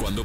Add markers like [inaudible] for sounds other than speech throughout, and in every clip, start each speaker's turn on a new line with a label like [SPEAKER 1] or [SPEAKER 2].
[SPEAKER 1] Cuando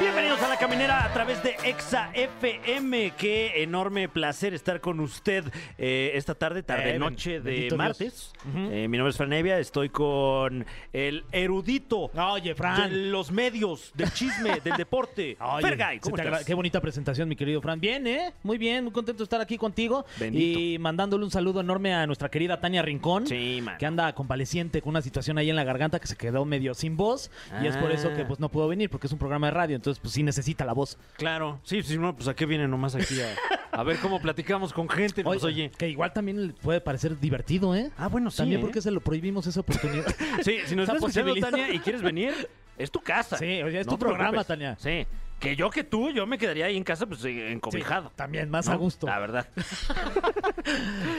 [SPEAKER 2] Bienvenidos a la caminera a través de Exa FM. Qué enorme placer estar con usted eh, esta tarde, tarde,
[SPEAKER 3] Eh, ben-
[SPEAKER 2] noche de
[SPEAKER 3] bendito
[SPEAKER 2] martes. Eh, mi nombre es Fran Evia, estoy con el erudito
[SPEAKER 3] Oye,
[SPEAKER 2] de
[SPEAKER 3] Fran.
[SPEAKER 2] los medios, del chisme,
[SPEAKER 3] [laughs]
[SPEAKER 2] del deporte.
[SPEAKER 3] Oye,
[SPEAKER 2] Fergay, ¿cómo
[SPEAKER 3] se te agra-
[SPEAKER 2] estás?
[SPEAKER 3] Qué bonita presentación, mi querido Fran. Bien, ¿eh? Muy bien, muy contento de estar aquí contigo.
[SPEAKER 2] Bendito.
[SPEAKER 3] Y mandándole un saludo enorme a nuestra querida Tania Rincón.
[SPEAKER 2] Sí, man.
[SPEAKER 3] Que anda convaleciente con una situación ahí en la garganta que se quedó medio sin voz. Y es por eso que
[SPEAKER 2] Ah.
[SPEAKER 3] pues no pudo venir, porque es un programa de radio. Entonces, pues sí necesita la voz.
[SPEAKER 2] Claro, sí, sí, no, pues a qué viene nomás aquí a, a ver cómo platicamos con gente. Pues, oye.
[SPEAKER 3] Que igual también le puede parecer divertido, ¿eh?
[SPEAKER 2] Ah, bueno, sí.
[SPEAKER 3] También
[SPEAKER 2] ¿eh?
[SPEAKER 3] porque se lo prohibimos
[SPEAKER 2] [laughs]
[SPEAKER 3] esa oportunidad.
[SPEAKER 2] Sí, si nos
[SPEAKER 3] Esa
[SPEAKER 2] estás escuchando,
[SPEAKER 3] posibilidad.
[SPEAKER 2] Tania, y quieres venir, es tu casa.
[SPEAKER 3] Sí, oye, es tu
[SPEAKER 2] te
[SPEAKER 3] programa,
[SPEAKER 2] preocupes.
[SPEAKER 3] Tania.
[SPEAKER 2] Sí. Que yo que tú, yo me quedaría ahí en casa, pues, eh,
[SPEAKER 3] Sí,
[SPEAKER 2] encobijado.
[SPEAKER 3] también, más a
[SPEAKER 2] ¿no?
[SPEAKER 3] gusto.
[SPEAKER 2] La verdad. [laughs]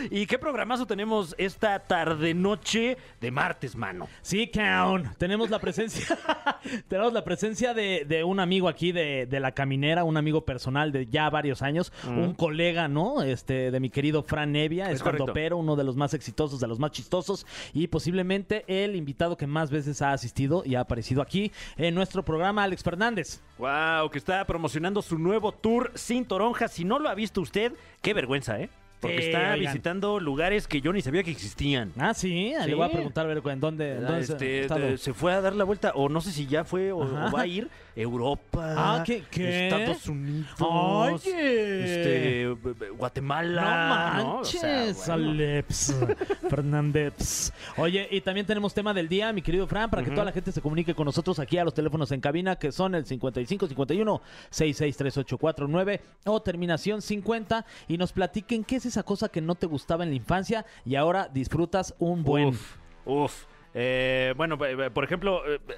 [SPEAKER 2] ¿Y qué programazo tenemos esta tarde-noche de martes, mano?
[SPEAKER 3] Sí, Caon. Tenemos la presencia. [laughs] tenemos la presencia de, de un amigo aquí de, de la caminera, un amigo personal de ya varios años, un colega, ¿no? Este, de mi querido Fran Nevia,
[SPEAKER 2] Mm. Es correcto.
[SPEAKER 3] estandopero, uno de los más exitosos, de los más chistosos, y posiblemente el invitado que más veces ha asistido y ha aparecido aquí en nuestro programa, Alex Fernández.
[SPEAKER 2] Wow, que está promocionando su nuevo tour sin toronja. Si no lo ha visto usted, qué vergüenza, ¿eh? Porque
[SPEAKER 3] Sí,
[SPEAKER 2] está
[SPEAKER 3] oigan.
[SPEAKER 2] visitando lugares que yo ni sabía que existían.
[SPEAKER 3] Ah, sí,
[SPEAKER 2] Sí.
[SPEAKER 3] le voy a preguntar a ver en dónde, en
[SPEAKER 2] Ah,
[SPEAKER 3] dónde se-
[SPEAKER 2] este,
[SPEAKER 3] ha estado.
[SPEAKER 2] de- se fue a dar la vuelta, o no sé si ya fue o,
[SPEAKER 3] Ajá.
[SPEAKER 2] o va a ir. Europa,
[SPEAKER 3] Ah, ¿qué- qué?
[SPEAKER 2] Estados Unidos,
[SPEAKER 3] Oye.
[SPEAKER 2] este, b- b- Guatemala.
[SPEAKER 3] No
[SPEAKER 2] O
[SPEAKER 3] manches,
[SPEAKER 2] sea, bueno. [laughs]
[SPEAKER 3] Aleps Fernández. Oye, y también tenemos tema del día, mi querido Fran, para que toda la gente se comunique con nosotros aquí a los teléfonos en cabina, que son el 55 51 663849 o terminación 50, y nos platiquen qué es esa cosa que no te gustaba en la infancia y ahora disfrutas un buen.
[SPEAKER 2] Uf, uf. Eh, bueno, b- b- por ejemplo, eh, b-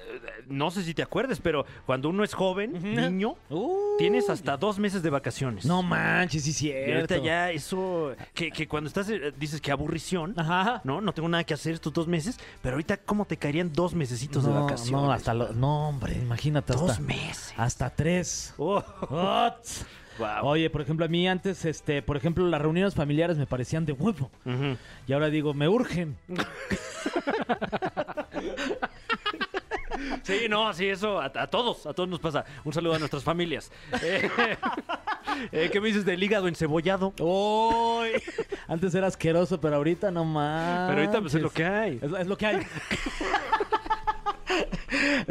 [SPEAKER 2] no sé si te acuerdes, pero cuando uno es joven, niño,
[SPEAKER 3] Uy.
[SPEAKER 2] tienes hasta dos meses de vacaciones.
[SPEAKER 3] No manches, sí,
[SPEAKER 2] Y
[SPEAKER 3] cierto.
[SPEAKER 2] ahorita ya eso, que, que cuando estás, eh, dices que aburrición,
[SPEAKER 3] Ajá.
[SPEAKER 2] ¿no? No tengo nada que hacer estos dos meses, pero ahorita, ¿cómo te caerían dos mesecitos de
[SPEAKER 3] No,
[SPEAKER 2] vacaciones?
[SPEAKER 3] no, hasta lo- no, hombre, imagínate
[SPEAKER 2] Dos
[SPEAKER 3] hasta,
[SPEAKER 2] meses.
[SPEAKER 3] hasta tres.
[SPEAKER 2] [laughs] Oh,
[SPEAKER 3] Ot.
[SPEAKER 2] wow.
[SPEAKER 3] Oye, por ejemplo, a mí antes, este, por ejemplo, las reuniones familiares me parecían de huevo.
[SPEAKER 2] Ujú.
[SPEAKER 3] Y ahora digo, me urgen.
[SPEAKER 2] Sí, no, sí, eso a, a todos, a todos nos pasa. Un saludo a nuestras familias. [laughs] Eh, eh, ¿Qué me dices del hígado encebollado?
[SPEAKER 3] ¡Uy! [laughs] Antes era asqueroso, pero ahorita no más.
[SPEAKER 2] Pero ahorita pues, es lo que hay.
[SPEAKER 3] Es, es lo que hay. [laughs]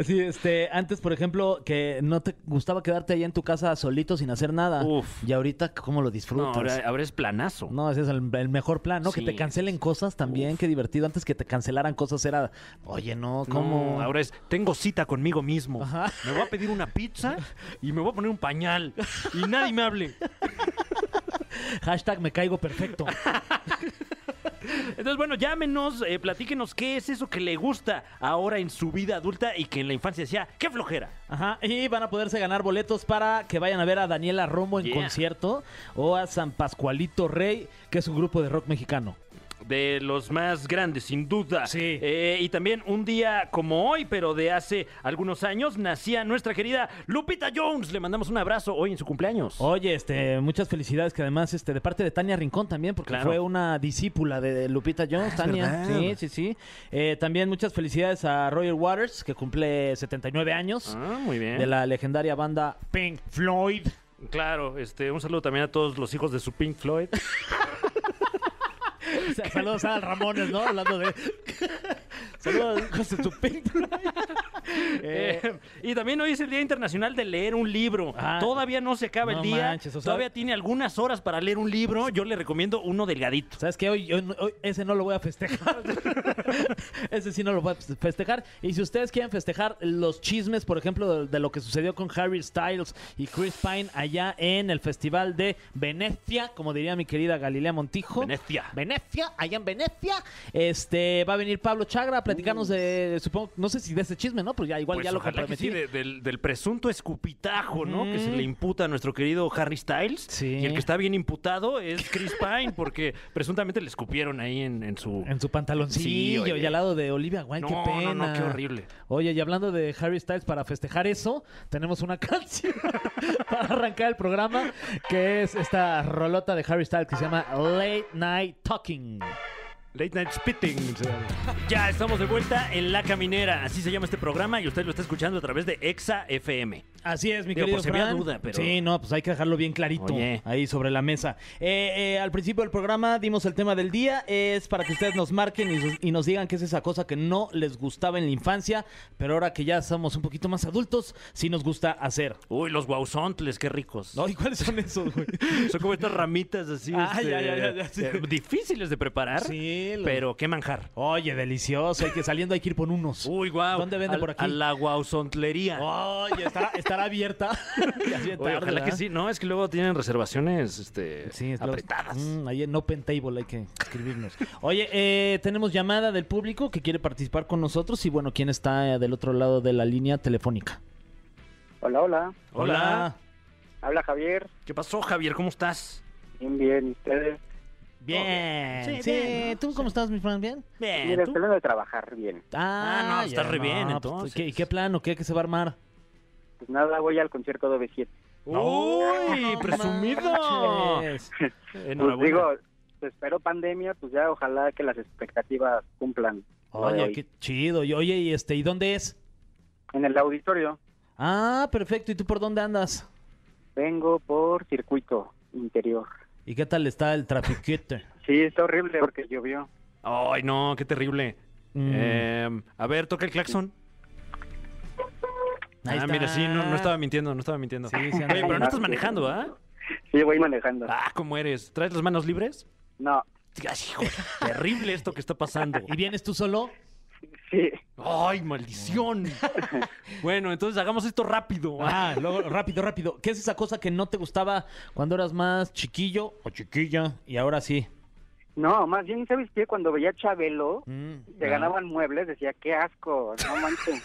[SPEAKER 3] Sí, este, antes, por ejemplo, que no te gustaba quedarte ahí en tu casa solito sin hacer nada.
[SPEAKER 2] Uf.
[SPEAKER 3] Y ahorita, ¿cómo lo
[SPEAKER 2] No,
[SPEAKER 3] disfrutas?
[SPEAKER 2] ahora, ahora es planazo.
[SPEAKER 3] No, ese es el, el mejor plan, ¿no?
[SPEAKER 2] Sí.
[SPEAKER 3] Que te cancelen cosas también, qué divertido. Antes que te cancelaran cosas era, oye, no, ¿cómo?
[SPEAKER 2] No, ahora es, tengo cita conmigo mismo.
[SPEAKER 3] Ajá.
[SPEAKER 2] Me voy a pedir una [laughs] pizza y me voy a poner un pañal. Y nadie me hable.
[SPEAKER 3] Hashtag me caigo perfecto.
[SPEAKER 2] Entonces, bueno, llámenos, eh, platíquenos qué es eso que le gusta ahora en su vida adulta y que en la infancia decía, qué flojera.
[SPEAKER 3] Ajá, y van a poderse ganar boletos para que vayan a ver a Daniela Romo en
[SPEAKER 2] Yeah.
[SPEAKER 3] concierto o a San Pascualito Rey, que es un grupo de rock mexicano.
[SPEAKER 2] De los más grandes, sin duda.
[SPEAKER 3] Sí.
[SPEAKER 2] Eh, y también un día como hoy, pero de hace algunos años, nacía nuestra querida Lupita Jones. Le mandamos un abrazo hoy en su cumpleaños.
[SPEAKER 3] Oye, este, muchas felicidades que además este de parte de Tania Rincón también, porque
[SPEAKER 2] Claro.
[SPEAKER 3] fue una discípula de, de Lupita Jones, Tania.
[SPEAKER 2] verdad.
[SPEAKER 3] Sí, sí, sí. Eh, también muchas felicidades a Roger Waters, que cumple 79 años,
[SPEAKER 2] Ah, muy bien.
[SPEAKER 3] de la legendaria banda Pink Floyd.
[SPEAKER 2] Claro, este, un saludo también a todos los hijos de su Pink Floyd.
[SPEAKER 3] Sa- [laughs] Saludos a Ramones, ¿no? Hablando de. [laughs] Saludos, hijos de tu [laughs] Pink Floyd.
[SPEAKER 2] Eh, [laughs] y también hoy es el Día Internacional de leer un libro.
[SPEAKER 3] Ah.
[SPEAKER 2] Todavía no se acaba
[SPEAKER 3] No
[SPEAKER 2] el día.
[SPEAKER 3] manches, o sea-
[SPEAKER 2] Todavía tiene algunas horas para leer un libro. Yo le recomiendo uno delgadito.
[SPEAKER 3] ¿Sabes qué? Hoy, hoy- hoy ese no lo voy a festejar. [laughs] ese sí no lo voy a festejar. Y si ustedes quieren festejar los chismes, por ejemplo, de, de lo que sucedió con Harry Styles y Chris Pine allá en el Festival de Venecia, como diría mi querida Galilea Montijo.
[SPEAKER 2] Venecia.
[SPEAKER 3] Venecia, allá en Venecia. Este, va a venir Pablo Chagra a platicarnos de, supongo, no sé si de ese chisme, ¿no? Pues ya igual
[SPEAKER 2] Pues
[SPEAKER 3] ya lo
[SPEAKER 2] ojalá que
[SPEAKER 3] comprometí.
[SPEAKER 2] sí, de- del, del presunto escupitajo, ¿no? Que se
[SPEAKER 3] Mm.
[SPEAKER 2] le imputa a nuestro querido Harry Styles.
[SPEAKER 3] Sí.
[SPEAKER 2] Y el que está bien imputado es Chris Pine, porque presuntamente le escupieron ahí en, en su...
[SPEAKER 3] En su pantaloncillo
[SPEAKER 2] Sí, oye.
[SPEAKER 3] y al lado de Olivia Wilde,
[SPEAKER 2] no,
[SPEAKER 3] qué pena.
[SPEAKER 2] no, no, qué horrible.
[SPEAKER 3] Oye, y hablando de Harry Styles, para festejar eso, tenemos una [laughs] canción para arrancar el programa, que es esta rolota de Harry Styles que se llama Late Night Talking.
[SPEAKER 2] Late Night Spitting. Ya estamos de vuelta en La Caminera. Así se llama este programa y usted lo está escuchando a través de Exa FM.
[SPEAKER 3] Así es, mi
[SPEAKER 2] Digo,
[SPEAKER 3] querido
[SPEAKER 2] por si había
[SPEAKER 3] Fran.
[SPEAKER 2] duda, pero-
[SPEAKER 3] Sí, no, pues hay que dejarlo bien clarito
[SPEAKER 2] Oye.
[SPEAKER 3] ahí sobre la mesa. Eh, eh, al principio del programa dimos el tema del día, es para que ustedes nos marquen y, sus- y nos digan qué es esa cosa que no les gustaba en la infancia, pero ahora que ya somos un poquito más adultos, sí nos gusta hacer.
[SPEAKER 2] Uy, los guauzontles, qué ricos.
[SPEAKER 3] ¿No? ¿Y cuáles son esos, güey?
[SPEAKER 2] [laughs] Son como estas ramitas así.
[SPEAKER 3] Ah,
[SPEAKER 2] este,
[SPEAKER 3] ya, ya, ya, ya, sí.
[SPEAKER 2] eh, Difíciles de preparar,
[SPEAKER 3] Sí, lo-
[SPEAKER 2] pero qué manjar.
[SPEAKER 3] Oye, delicioso, hay que saliendo hay que ir por unos.
[SPEAKER 2] Uy, guau.
[SPEAKER 3] ¿Dónde venden
[SPEAKER 2] Al-
[SPEAKER 3] por aquí?
[SPEAKER 2] A la guauzontlería.
[SPEAKER 3] Oye, estará,
[SPEAKER 2] [laughs]
[SPEAKER 3] estará abierta. Ya es bien
[SPEAKER 2] Oye,
[SPEAKER 3] tarde,
[SPEAKER 2] ojalá que
[SPEAKER 3] ¿verdad?
[SPEAKER 2] sí. No, es que luego tienen reservaciones este,
[SPEAKER 3] Sí, es lo-
[SPEAKER 2] apretadas.
[SPEAKER 3] Mm, ahí en Open Table hay que escribirnos. Oye, eh, tenemos llamada del público que quiere participar con nosotros y bueno, ¿quién está eh, del otro lado de la línea telefónica?
[SPEAKER 4] Hola, hola.
[SPEAKER 2] Hola.
[SPEAKER 4] Habla Javier.
[SPEAKER 2] ¿Qué pasó, Javier? ¿Cómo estás?
[SPEAKER 4] Bien, bien. ¿Y ustedes?
[SPEAKER 3] Bien.
[SPEAKER 2] Sí,
[SPEAKER 3] Sí,
[SPEAKER 2] bien, ¿no?
[SPEAKER 3] ¿tú cómo estás, mi Fran? ¿Bien?
[SPEAKER 2] Bien.
[SPEAKER 4] Mira, saliendo de trabajar, bien.
[SPEAKER 2] Ah, no, está re bien,
[SPEAKER 3] pues,
[SPEAKER 2] entonces.
[SPEAKER 3] ¿qué- ¿Y qué plan o qué, que se va a armar?
[SPEAKER 4] Pues nada, voy al concierto de B7.
[SPEAKER 2] Uy,
[SPEAKER 3] No
[SPEAKER 2] presumido.
[SPEAKER 3] manches.
[SPEAKER 4] Pues
[SPEAKER 2] Enhorabuena.
[SPEAKER 4] digo, se esperó pandemia, pues ya ojalá que las expectativas cumplan. lo de
[SPEAKER 3] Oye,
[SPEAKER 4] hoy.
[SPEAKER 3] qué chido. Y oye, ¿y este, y dónde es?
[SPEAKER 4] En el auditorio
[SPEAKER 3] Ah, perfecto. ¿Y tú por dónde andas?
[SPEAKER 4] vengo por circuito interior.
[SPEAKER 3] ¿Y qué tal está el trafiquete?
[SPEAKER 4] Sí, está horrible porque llovió.
[SPEAKER 2] Ay, no, qué terrible.
[SPEAKER 3] Mm.
[SPEAKER 2] Eh, a ver, toca el claxon.
[SPEAKER 3] Ahí
[SPEAKER 2] ah,
[SPEAKER 3] está.
[SPEAKER 2] mira, sí, no, no estaba mintiendo, no estaba mintiendo.
[SPEAKER 3] Sí, sí,
[SPEAKER 2] Oye,
[SPEAKER 3] anda
[SPEAKER 2] pero
[SPEAKER 3] bien.
[SPEAKER 2] no estás manejando, ¿ah?
[SPEAKER 4] Sí, voy manejando.
[SPEAKER 2] Ah, ¿cómo eres? ¿Traes las manos libres?
[SPEAKER 4] No,
[SPEAKER 2] Ay, hijo, terrible esto que está pasando.
[SPEAKER 3] ¿Y vienes tú solo?
[SPEAKER 4] sí.
[SPEAKER 2] Ay, maldición. Bueno, entonces hagamos esto rápido.
[SPEAKER 3] Ah, luego, rápido, rápido. ¿Qué es esa cosa que no te gustaba cuando eras más chiquillo o chiquilla? Y ahora sí.
[SPEAKER 4] No, más bien, ¿sabes qué? Cuando veía a Chabelo,
[SPEAKER 3] Mm.
[SPEAKER 4] se ganaban muebles, decía, qué asco, no
[SPEAKER 3] [laughs]
[SPEAKER 4] manchen.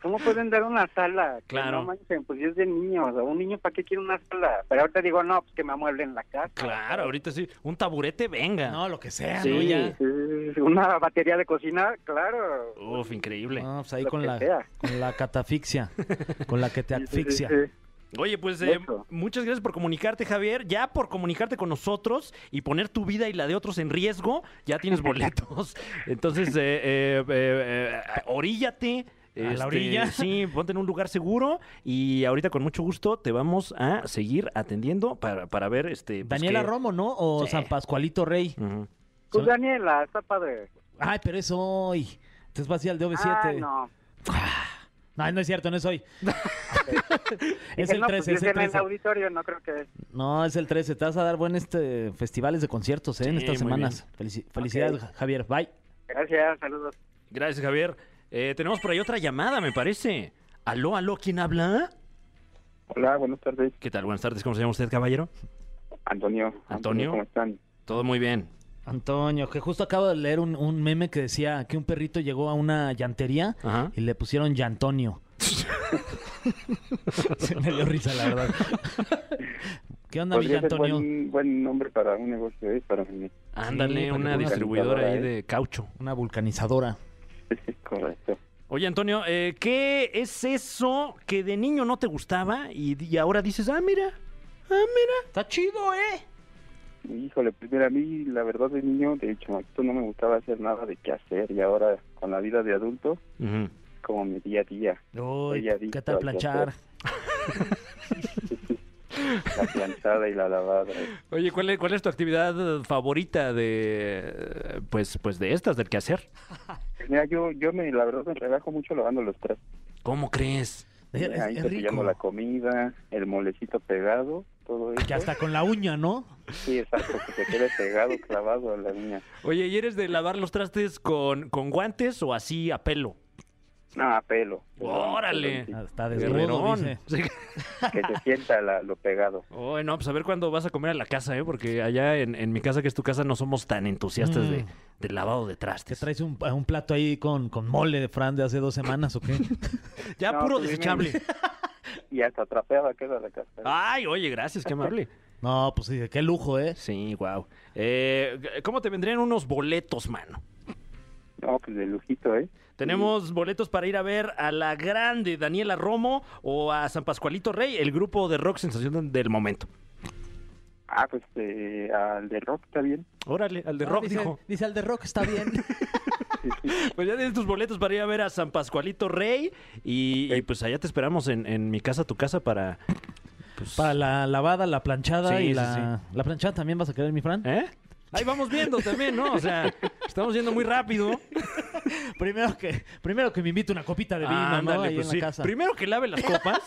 [SPEAKER 4] ¿Cómo pueden dar una sala? Que
[SPEAKER 2] Claro.
[SPEAKER 4] No manchen, pues es de niños. O un niño, ¿para qué quiere una sala? Pero ahorita digo, no, pues que me amueblen la casa.
[SPEAKER 2] Claro, ahorita sí. Un taburete, venga.
[SPEAKER 3] No, lo que sea,
[SPEAKER 4] Sí,
[SPEAKER 3] ¿no? Ya.
[SPEAKER 4] sí, sí, una batería de cocina, claro.
[SPEAKER 2] Uf, increíble.
[SPEAKER 3] No, pues ahí
[SPEAKER 4] Lo
[SPEAKER 3] con
[SPEAKER 4] que
[SPEAKER 3] la,
[SPEAKER 4] sea.
[SPEAKER 3] con la catafixia. con la que te
[SPEAKER 4] Sí, sí, sí,
[SPEAKER 3] asfixia.
[SPEAKER 4] sí.
[SPEAKER 2] Oye, pues eh,
[SPEAKER 4] Eso.
[SPEAKER 2] muchas gracias por comunicarte, Javier. Ya por comunicarte con nosotros y poner tu vida y la de otros en riesgo, ya
[SPEAKER 3] [laughs]
[SPEAKER 2] tienes boletos. Entonces, eh, eh, eh, eh, oríllate. Este,
[SPEAKER 3] ¿A la orilla?
[SPEAKER 2] Sí, ponte en un lugar seguro y ahorita con mucho gusto te vamos a seguir atendiendo para, para ver este... pues,
[SPEAKER 3] Daniela
[SPEAKER 2] qué-
[SPEAKER 3] Romo, ¿no? O
[SPEAKER 2] Sí.
[SPEAKER 3] San Pascualito Rey.
[SPEAKER 2] Ujú.
[SPEAKER 3] Son-
[SPEAKER 4] Pues Daniela, está padre.
[SPEAKER 3] Ay, pero es hoy. Entonces vas a ir al de OV7.
[SPEAKER 4] Ah, no.
[SPEAKER 3] no, no es cierto, no es
[SPEAKER 4] [laughs]
[SPEAKER 3] hoy. es
[SPEAKER 4] Dije,
[SPEAKER 3] el
[SPEAKER 4] no,
[SPEAKER 3] 13, es
[SPEAKER 4] pues,
[SPEAKER 3] el
[SPEAKER 4] en el
[SPEAKER 3] 13.
[SPEAKER 4] auditorio, no creo que...
[SPEAKER 3] No, es el 13. Te vas a dar buen este, festivales de conciertos ¿eh? en
[SPEAKER 2] Sí,
[SPEAKER 3] estas
[SPEAKER 2] muy bien.
[SPEAKER 3] semanas. Felici- felicidades, Javier. Bye.
[SPEAKER 4] Gracias, saludos.
[SPEAKER 2] Gracias, Javier. Eh, tenemos por ahí otra llamada, me parece. Aló, aló, ¿quién habla?
[SPEAKER 5] Hola, buenas tardes,
[SPEAKER 2] ¿Qué tal? Buenas tardes, ¿cómo se llama usted, caballero?
[SPEAKER 5] Antonio.
[SPEAKER 2] Antonio.
[SPEAKER 5] ¿Cómo están?
[SPEAKER 2] Todo muy bien.
[SPEAKER 3] Antonio, que justo acabo de leer un, un meme que decía que un perrito llegó a una llantería
[SPEAKER 2] Ajá.
[SPEAKER 3] y le pusieron Yantonio. Se me dio risa, la verdad. ¿Qué onda, mi
[SPEAKER 5] Podría
[SPEAKER 4] Pues
[SPEAKER 5] ser
[SPEAKER 3] Yantonio?
[SPEAKER 5] buen, buen nombre para un negocio, ¿eh? Para mí. [laughs]
[SPEAKER 2] Ándale,
[SPEAKER 3] Sí, para que
[SPEAKER 2] una
[SPEAKER 3] pongas-
[SPEAKER 2] distribuidora ahí
[SPEAKER 5] ¿eh?
[SPEAKER 2] de caucho.
[SPEAKER 3] Una vulcanizadora.
[SPEAKER 5] Correcto.
[SPEAKER 2] Oye, Antonio, eh, ¿qué es eso que de niño no te gustaba y, y ahora dices, ah, mira, ah, mira?
[SPEAKER 3] Está chido, ¿eh?
[SPEAKER 5] Híjole, pues mira, a mí la verdad de niño, de chamaquito, no me gustaba hacer nada de qué hacer. Y ahora, con la vida de adulto, es como mi día a día.
[SPEAKER 3] Uy,
[SPEAKER 5] Soy adicto
[SPEAKER 3] ¿qué tal
[SPEAKER 5] al
[SPEAKER 3] planchar?
[SPEAKER 5] La planchada y la lavada.
[SPEAKER 2] [laughs] Oye, ¿cuál es, cuál es tu actividad eh, favorita de, eh, pues, pues de estas, del quehacer?
[SPEAKER 5] Mira, yo, yo me, la verdad, me relajo mucho lavando los trastes.
[SPEAKER 2] ¿Cómo crees?
[SPEAKER 3] Es, es
[SPEAKER 5] Ahí cepillando
[SPEAKER 3] rico.
[SPEAKER 5] la comida, el molecito pegado, todo eso.
[SPEAKER 3] Que hasta con la uña, ¿no?
[SPEAKER 5] Sí, exacto, que te quede pegado, clavado a la niña.
[SPEAKER 2] Oye, ¿y eres de lavar los trastes con, con guantes o así a pelo?
[SPEAKER 5] No, a pelo.
[SPEAKER 2] ¡Órale!
[SPEAKER 5] Sí,
[SPEAKER 3] Hasta desnudo,
[SPEAKER 2] Guerrerón.
[SPEAKER 3] dice.
[SPEAKER 2] [laughs] Sí.
[SPEAKER 5] Que se sienta la- lo pegado.
[SPEAKER 2] Oye, no, pues a ver cuándo vas a comer a la casa, ¿eh? Porque allá en, en mi casa, que es tu casa, no somos tan entusiastas
[SPEAKER 3] Mm.
[SPEAKER 2] de, del lavado de
[SPEAKER 3] ¿Qué
[SPEAKER 2] trastes.
[SPEAKER 3] traes un, un plato ahí con, con mole de Fran de hace dos semanas o [laughs] qué?
[SPEAKER 2] Ya
[SPEAKER 5] No,
[SPEAKER 2] puro
[SPEAKER 3] pues,
[SPEAKER 5] tú dime.
[SPEAKER 2] desechable.
[SPEAKER 5] [laughs]
[SPEAKER 2] Ah.
[SPEAKER 5] Y hasta trapeada queda la casa.
[SPEAKER 2] Ay, oye, gracias, qué amable.
[SPEAKER 3] No, pues sí, qué lujo, ¿eh?
[SPEAKER 2] Sí, wow. ¿Cómo te vendrían unos boletos, mano?
[SPEAKER 5] No, pues de lujito, ¿eh?
[SPEAKER 2] Tenemos boletos para ir a ver a la grande Daniela Romo o a San Pascualito Rey, el grupo de rock sensación del momento.
[SPEAKER 5] Ah, pues eh, al de rock está bien.
[SPEAKER 2] Órale, al de
[SPEAKER 3] No,
[SPEAKER 2] rock
[SPEAKER 3] Ah, dice,
[SPEAKER 2] dijo.
[SPEAKER 3] dice, el de rock está bien.
[SPEAKER 2] Pues ya tienes tus boletos para ir a ver a San Pascualito Rey y, y pues allá te esperamos en, en mi casa, tu casa para... pues,
[SPEAKER 3] [laughs] Para la lavada, la planchada
[SPEAKER 2] Sí,
[SPEAKER 3] y
[SPEAKER 2] sí,
[SPEAKER 3] la... ¿La planchada también vas a querer, mi Fran?
[SPEAKER 2] ¿Eh? Ahí vamos viendo también, ¿no? O sea, estamos yendo muy rápido.
[SPEAKER 3] Primero que primero que me invite una copita de vino, ¿no?
[SPEAKER 2] Ándale,
[SPEAKER 3] Ahí
[SPEAKER 2] pues
[SPEAKER 3] en
[SPEAKER 2] sí.
[SPEAKER 3] la casa.
[SPEAKER 2] Primero que lave las copas.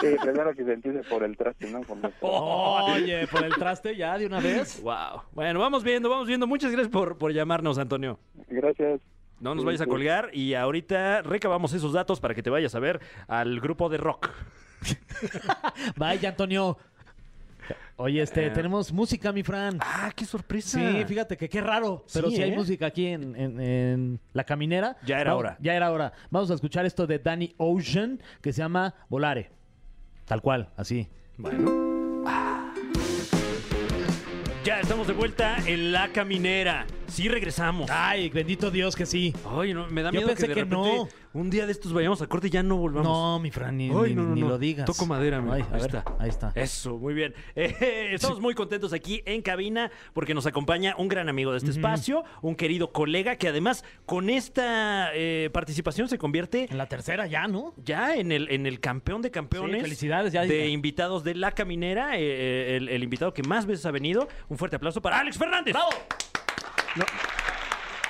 [SPEAKER 5] Sí, Eh, primero que se empiece por el traste, ¿no? Por los-
[SPEAKER 3] Oh, Oye, por el traste ya de una vez.
[SPEAKER 2] Wow. Bueno, vamos viendo, vamos viendo. Muchas gracias por, por llamarnos, Antonio.
[SPEAKER 5] Gracias.
[SPEAKER 2] No nos vayas a colgar y ahorita recabamos esos datos para que te vayas a ver al grupo de rock.
[SPEAKER 3] Vaya, Antonio. Oye, este,
[SPEAKER 2] Eh.
[SPEAKER 3] tenemos música, mi Fran.
[SPEAKER 2] Ah, qué sorpresa.
[SPEAKER 3] Sí, fíjate que qué raro. Pero
[SPEAKER 2] Sí,
[SPEAKER 3] sí, hay
[SPEAKER 2] ¿eh?
[SPEAKER 3] música aquí en, en- en La Caminera.
[SPEAKER 2] Ya era
[SPEAKER 3] Vamos-
[SPEAKER 2] hora.
[SPEAKER 3] Ya era hora. Vamos a escuchar esto de Danny Ocean que se llama Volare. Tal cual, así.
[SPEAKER 2] Bueno. Ya estamos de vuelta en la caminera. Sí, regresamos.
[SPEAKER 3] Ay, bendito Dios que sí.
[SPEAKER 2] Ay, no, me da
[SPEAKER 3] Ah. Yo
[SPEAKER 2] miedo
[SPEAKER 3] pensé
[SPEAKER 2] que, de
[SPEAKER 3] que
[SPEAKER 2] repente
[SPEAKER 3] no.
[SPEAKER 2] un día de estos vayamos a corte y ya no volvamos.
[SPEAKER 3] No, mi Fran, ni,
[SPEAKER 2] Ay,
[SPEAKER 3] ni-
[SPEAKER 2] no, no,
[SPEAKER 3] ni
[SPEAKER 2] no.
[SPEAKER 3] lo digas.
[SPEAKER 2] Toco madera, amigo.
[SPEAKER 3] Ay, a
[SPEAKER 2] ahí
[SPEAKER 3] ver,
[SPEAKER 2] está.
[SPEAKER 3] Ahí está.
[SPEAKER 2] Eso, muy bien. [laughs] Eh, estamos muy contentos aquí en cabina porque nos acompaña un gran amigo de este espacio, un querido colega que además con esta eh, participación se convierte
[SPEAKER 3] En la tercera ya, ¿no?
[SPEAKER 2] ya en el, en el campeón de campeones.
[SPEAKER 3] Sí, felicidades, ya.
[SPEAKER 2] De invitados de La Caminera, eh, eh, el, el invitado que más veces ha venido. Un fuerte aplauso para Alex Fernández. ¡Bravo!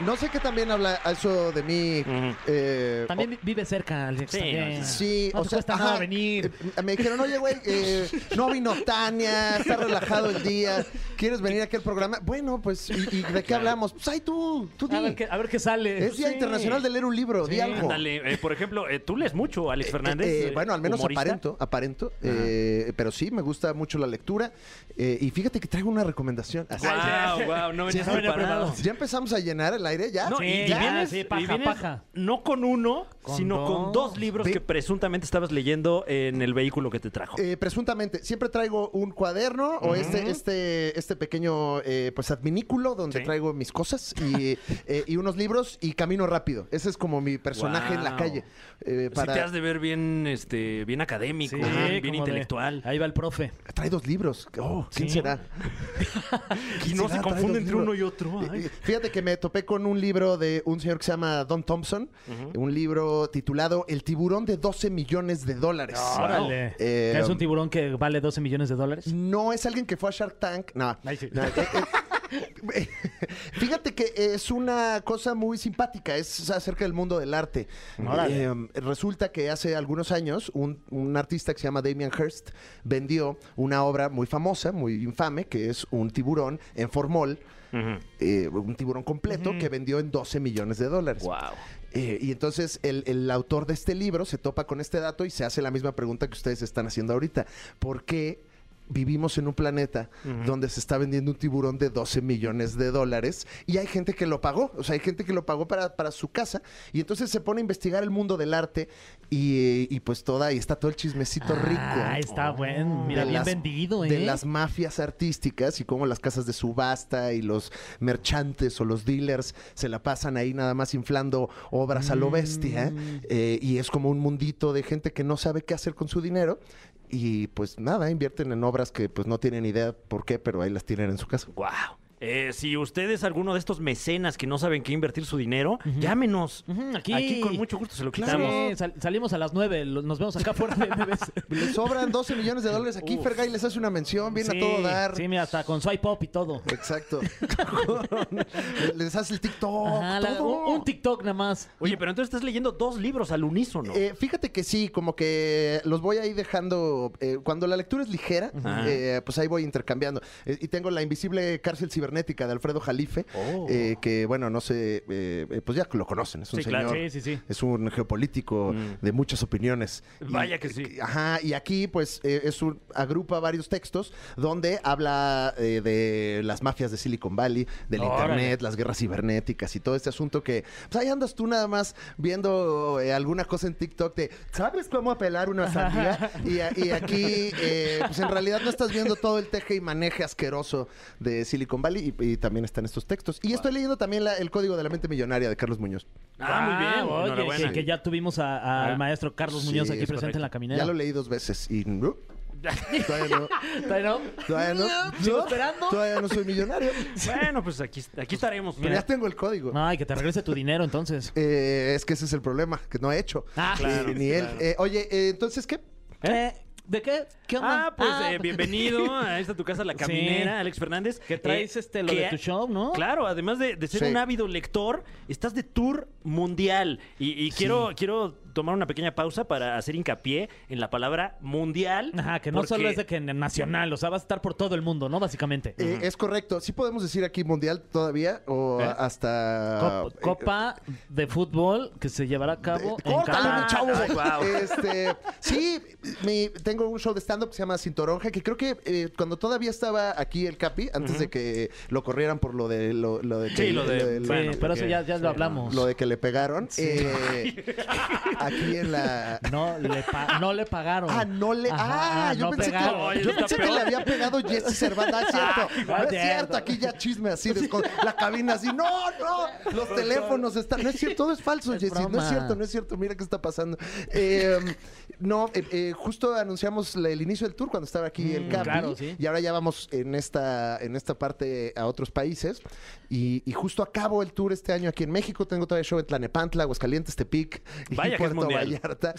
[SPEAKER 6] No sé qué también habla eso de mí.
[SPEAKER 2] Ujú.
[SPEAKER 6] eh,
[SPEAKER 3] También vi- vive cerca, Alex.
[SPEAKER 2] Sí,
[SPEAKER 3] también.
[SPEAKER 2] no,
[SPEAKER 6] o- sí,
[SPEAKER 3] No
[SPEAKER 6] o
[SPEAKER 3] te
[SPEAKER 6] sea,
[SPEAKER 3] cuesta nada
[SPEAKER 6] ajá,
[SPEAKER 3] venir.
[SPEAKER 6] eh, me dijeron, oye, güey, eh, no vino Tania, está relajado el día, ¿quieres venir aquí al programa? Bueno, pues, ¿y, y de qué hablamos? Pues, ay, tú, tú di.
[SPEAKER 3] A ver, qué, a ver qué sale.
[SPEAKER 6] Es Día
[SPEAKER 3] Sí.
[SPEAKER 6] Internacional de Leer un Libro, di algo.
[SPEAKER 2] Ándale, eh, por ejemplo, eh, tú lees mucho, Alex Fernández.
[SPEAKER 6] Eh, eh,
[SPEAKER 2] eh,
[SPEAKER 6] bueno, al menos
[SPEAKER 2] humorista.
[SPEAKER 6] aparento, aparento. eh, pero sí, me gusta mucho la lectura. eh, y fíjate que traigo una recomendación. Así.
[SPEAKER 2] Wow, wow, no venías
[SPEAKER 3] no venía
[SPEAKER 2] preparado.
[SPEAKER 3] preparado.
[SPEAKER 6] Ya empezamos a llenar el aire, ya.
[SPEAKER 2] No,
[SPEAKER 3] Sí,
[SPEAKER 2] y, y
[SPEAKER 3] ya,
[SPEAKER 2] vienes,
[SPEAKER 3] sí,
[SPEAKER 2] y
[SPEAKER 3] paja,
[SPEAKER 2] vienes
[SPEAKER 3] paja.
[SPEAKER 2] no con uno,
[SPEAKER 3] Con
[SPEAKER 2] sino con
[SPEAKER 3] dos.
[SPEAKER 2] dos libros
[SPEAKER 6] Ve-
[SPEAKER 2] que presuntamente estabas leyendo en el vehículo que te trajo.
[SPEAKER 6] Eh, presuntamente, siempre traigo un cuaderno o este, este, este pequeño eh, pues adminículo donde
[SPEAKER 2] Sí.
[SPEAKER 6] traigo mis cosas
[SPEAKER 2] [laughs]
[SPEAKER 6] y, eh, y unos libros y camino rápido. Ese es como mi personaje en la
[SPEAKER 2] Wow.
[SPEAKER 6] calle. eh,
[SPEAKER 2] Sí
[SPEAKER 6] para...
[SPEAKER 2] te has de ver bien, este, bien académico,
[SPEAKER 3] Sí,
[SPEAKER 2] bien, bien
[SPEAKER 3] como de-
[SPEAKER 2] intelectual.
[SPEAKER 3] Ahí va el profe.
[SPEAKER 6] Trae dos libros. Oh, ¿Quién
[SPEAKER 2] [laughs]
[SPEAKER 3] Sí.
[SPEAKER 6] será?
[SPEAKER 2] Y
[SPEAKER 6] ¿Quién
[SPEAKER 2] no
[SPEAKER 6] será?
[SPEAKER 2] se
[SPEAKER 6] Trae
[SPEAKER 2] confunde
[SPEAKER 6] dos
[SPEAKER 2] entre uno
[SPEAKER 6] libros.
[SPEAKER 2] y otro. ay.
[SPEAKER 6] Eh, eh, Fíjate que me topé con un libro de un señor que se llama Don Thompson, un libro titulado El tiburón de 12 millones de dólares.
[SPEAKER 2] Ah.
[SPEAKER 3] Órale.
[SPEAKER 6] Eh,
[SPEAKER 3] ¿Que
[SPEAKER 2] um,
[SPEAKER 3] ¿Es un tiburón que vale 12 millones de dólares?
[SPEAKER 6] No es alguien que fue a Shark Tank. No.
[SPEAKER 3] Ay, sí.
[SPEAKER 6] No, eh, eh, [laughs] Fíjate que es una cosa muy simpática, es acerca del mundo del arte.
[SPEAKER 3] Órale.
[SPEAKER 6] Eh, resulta que hace algunos años un, un artista que se llama Damien Hirst vendió una obra muy famosa, muy infame, que es un tiburón en formol, eh, un tiburón completo que vendió en 12 millones de dólares.
[SPEAKER 2] Wow.
[SPEAKER 6] Eh, y entonces el, el autor de este libro se topa con este dato y se hace la misma pregunta que ustedes están haciendo ahorita. ¿Por qué vivimos en un planeta donde se está vendiendo un tiburón de 12 millones de dólares y hay gente que lo pagó? O sea, hay gente que lo pagó para, para su casa y entonces se pone a investigar el mundo del arte y, eh, y pues toda, y está todo el chismecito rico. Oh.
[SPEAKER 3] Ah, está bueno. Mira,
[SPEAKER 6] de
[SPEAKER 3] bien
[SPEAKER 6] las-
[SPEAKER 3] vendido, ¿eh?
[SPEAKER 6] De las mafias artísticas y cómo las casas de subasta y los merchantes o los dealers se la pasan ahí nada más inflando obras a lo bestia.
[SPEAKER 3] Mm.
[SPEAKER 6] eh, y es como un mundito de gente que no sabe qué hacer con su dinero. Y pues nada, invierten en obras que pues no tienen idea por qué, pero ahí las tienen en su casa.
[SPEAKER 2] Wow. Eh, si usted es alguno de estos mecenas que no saben qué invertir su dinero, llámenos.
[SPEAKER 3] Ujú, aquí.
[SPEAKER 2] con mucho gusto se lo
[SPEAKER 3] Sí,
[SPEAKER 2] quitamos.
[SPEAKER 3] sal- salimos a las 9. lo- Nos vemos acá
[SPEAKER 6] [laughs]
[SPEAKER 3] fuera de MBS.
[SPEAKER 6] Les sobran 12 millones de dólares aquí, Fergay les hace una mención, viene
[SPEAKER 3] Sí,
[SPEAKER 6] a todo dar.
[SPEAKER 3] Sí, mira, hasta con swipe up y todo.
[SPEAKER 6] Exacto. [laughs] les hace el TikTok.
[SPEAKER 3] Ajá, la-
[SPEAKER 6] todo.
[SPEAKER 3] un, un TikTok nada más.
[SPEAKER 2] Oye, pero entonces estás leyendo dos libros al unísono.
[SPEAKER 6] Eh, fíjate que sí, como que los voy ahí dejando. eh, cuando la lectura es ligera,
[SPEAKER 2] Ajá.
[SPEAKER 6] eh, pues ahí voy intercambiando. Eh, y tengo La Invisible Cárcel cibernética de Alfredo Jalife,
[SPEAKER 3] Oh.
[SPEAKER 6] eh, que bueno, no sé, eh, eh, pues ya lo conocen, es un
[SPEAKER 2] Sí,
[SPEAKER 6] señor.
[SPEAKER 2] claro.
[SPEAKER 3] Sí, sí, sí.
[SPEAKER 6] Es un geopolítico de muchas opiniones. Y-
[SPEAKER 2] Mm.
[SPEAKER 6] eh,
[SPEAKER 2] Vaya que sí.
[SPEAKER 6] Ajá, y aquí pues eh, es un, agrupa varios textos donde habla eh, de las mafias de Silicon Valley, del
[SPEAKER 3] Órale.
[SPEAKER 6] Internet, las guerras cibernéticas y todo este asunto que pues ahí andas tú nada más viendo eh, alguna cosa en TikTok de, ¿sabes cómo
[SPEAKER 2] [laughs]
[SPEAKER 6] apelar una sandía? Y, a- y aquí eh, pues en realidad no estás viendo todo el teje y maneje asqueroso de Silicon Valley y, y también están estos textos. Y estoy leyendo también la- el Código de la Mente Millonaria de Carlos Muñoz.
[SPEAKER 2] Ah, muy bien.
[SPEAKER 3] oye,
[SPEAKER 2] Enhorabuena.
[SPEAKER 3] que, que ya tuvimos a- a- al
[SPEAKER 2] Ah.
[SPEAKER 3] maestro Carlos
[SPEAKER 6] Sí,
[SPEAKER 3] Muñoz aquí
[SPEAKER 6] es
[SPEAKER 3] presente en la
[SPEAKER 2] correcto.
[SPEAKER 3] caminera.
[SPEAKER 6] Ya lo leí dos veces y... Todavía no.
[SPEAKER 3] ¿Todavía no?
[SPEAKER 6] Todavía no.
[SPEAKER 3] [laughs] ¿Sigo
[SPEAKER 6] No,
[SPEAKER 3] esperando?
[SPEAKER 6] Todavía no
[SPEAKER 3] [laughs]
[SPEAKER 6] soy millonario.
[SPEAKER 2] Bueno, pues aquí, aquí estaremos.
[SPEAKER 6] Pero
[SPEAKER 2] mira.
[SPEAKER 6] ya tengo el código.
[SPEAKER 3] Ay, que te regrese tu dinero entonces.
[SPEAKER 6] Eh, es que ese es el problema, que no he hecho.
[SPEAKER 3] Ah,
[SPEAKER 6] Eh,
[SPEAKER 3] claro,
[SPEAKER 6] ni él. Eh, oye, eh, entonces, ¿qué?
[SPEAKER 3] ¿Eh? ¿De qué? ¿Qué onda?
[SPEAKER 2] Ah, pues eh,
[SPEAKER 3] pues- [laughs]
[SPEAKER 6] [laughs]
[SPEAKER 2] bienvenido a esta tu casa, La Caminera, Alex Fernández.
[SPEAKER 3] Que traes
[SPEAKER 2] Eh,
[SPEAKER 3] este, lo
[SPEAKER 2] que-
[SPEAKER 3] de tu show, ¿no?
[SPEAKER 2] Claro, además de, de ser
[SPEAKER 6] Sí.
[SPEAKER 2] un ávido lector, estás de tour mundial. Y, y quiero, quiero tomar una pequeña pausa para hacer hincapié en la palabra mundial.
[SPEAKER 3] Ajá, que no solo
[SPEAKER 2] porque-
[SPEAKER 3] es de que nacional, o sea, vas a estar por todo el mundo, ¿no? Básicamente.
[SPEAKER 6] Eh, Es correcto. ¿Sí podemos decir aquí mundial todavía o
[SPEAKER 3] ¿Eh?
[SPEAKER 6] hasta.
[SPEAKER 3] Cop- Copa de fútbol que se llevará a cabo
[SPEAKER 6] Eh,
[SPEAKER 3] en
[SPEAKER 6] córtale,
[SPEAKER 2] Canadá.
[SPEAKER 6] mi
[SPEAKER 3] Qatar.
[SPEAKER 6] chavo.
[SPEAKER 2] Ay, guau.
[SPEAKER 6] Este, sí, mi- tengo un show de stand-up que se llama Cintoronja, que creo que eh, cuando todavía estaba aquí el Capi, antes de que lo corrieran por lo de. Lo, lo de que,
[SPEAKER 2] Sí, lo de-
[SPEAKER 3] Sí,
[SPEAKER 2] Bueno,
[SPEAKER 3] pero eso
[SPEAKER 2] porque-
[SPEAKER 3] ya, ya lo hablamos.
[SPEAKER 6] lo de que le pegaron. eh, aquí en la.
[SPEAKER 3] No, le pa- no le pagaron.
[SPEAKER 6] Ah, no le.
[SPEAKER 3] Ajá,
[SPEAKER 6] ah, yo
[SPEAKER 3] no
[SPEAKER 6] pensé,
[SPEAKER 3] pegaron.
[SPEAKER 2] Oye,
[SPEAKER 6] que,
[SPEAKER 2] eso
[SPEAKER 6] yo
[SPEAKER 2] está
[SPEAKER 6] pensé que
[SPEAKER 2] peor.
[SPEAKER 6] le había pegado Jesse Cervantes. Ah, es cierto.
[SPEAKER 3] Ah,
[SPEAKER 6] no
[SPEAKER 3] cierto.
[SPEAKER 6] es cierto. Aquí ya chisme así, descon- la cabina así. No, no. Los teléfonos están. No es cierto, todo es falso,
[SPEAKER 3] Es
[SPEAKER 6] Jesse. No es
[SPEAKER 3] broma.
[SPEAKER 6] cierto, no es cierto. Mira qué está pasando. Eh, no, eh, eh, justo anunciamos la- el inicio del tour cuando estaba aquí el Capi.
[SPEAKER 3] claro, sí.
[SPEAKER 6] Y ahora ya vamos en esta, en esta parte a otros países. Y, y justo acabo el tour este año aquí en México. Tengo todavía show en Tlanepantla, Aguascalientes, Tepic y
[SPEAKER 2] Vaya que es
[SPEAKER 6] Puerto
[SPEAKER 2] mundial.
[SPEAKER 6] Vallarta.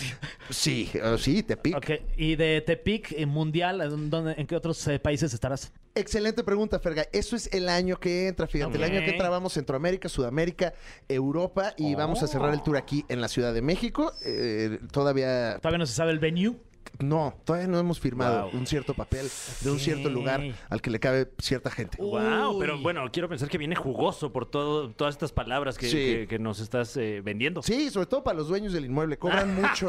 [SPEAKER 6] Sí, eh, sí, Tepic.
[SPEAKER 3] [laughs] Ok, y de Tepic eh, Mundial, ¿a dónde- ¿en qué otros eh, países estarás?
[SPEAKER 6] Excelente pregunta, Ferga. Eso es el año que entra, fíjate. El año que
[SPEAKER 3] Ok. Oh.
[SPEAKER 6] entra vamos Centroamérica, Sudamérica, Europa y vamos a cerrar el tour aquí en la Ciudad de México. Eh, todavía
[SPEAKER 3] Todavía no se sabe el venue.
[SPEAKER 6] no, todavía no hemos firmado
[SPEAKER 2] Wow.
[SPEAKER 6] un cierto papel de un cierto
[SPEAKER 3] Ok.
[SPEAKER 6] lugar al que le cabe cierta gente.
[SPEAKER 2] Wow,
[SPEAKER 3] Uy.
[SPEAKER 2] pero bueno, quiero pensar que viene jugoso por todo, todas estas palabras que,
[SPEAKER 6] Sí.
[SPEAKER 2] que- que nos estás eh, vendiendo.
[SPEAKER 6] Sí, sobre todo para los dueños del inmueble.
[SPEAKER 3] [laughs]
[SPEAKER 6] Cobran mucho,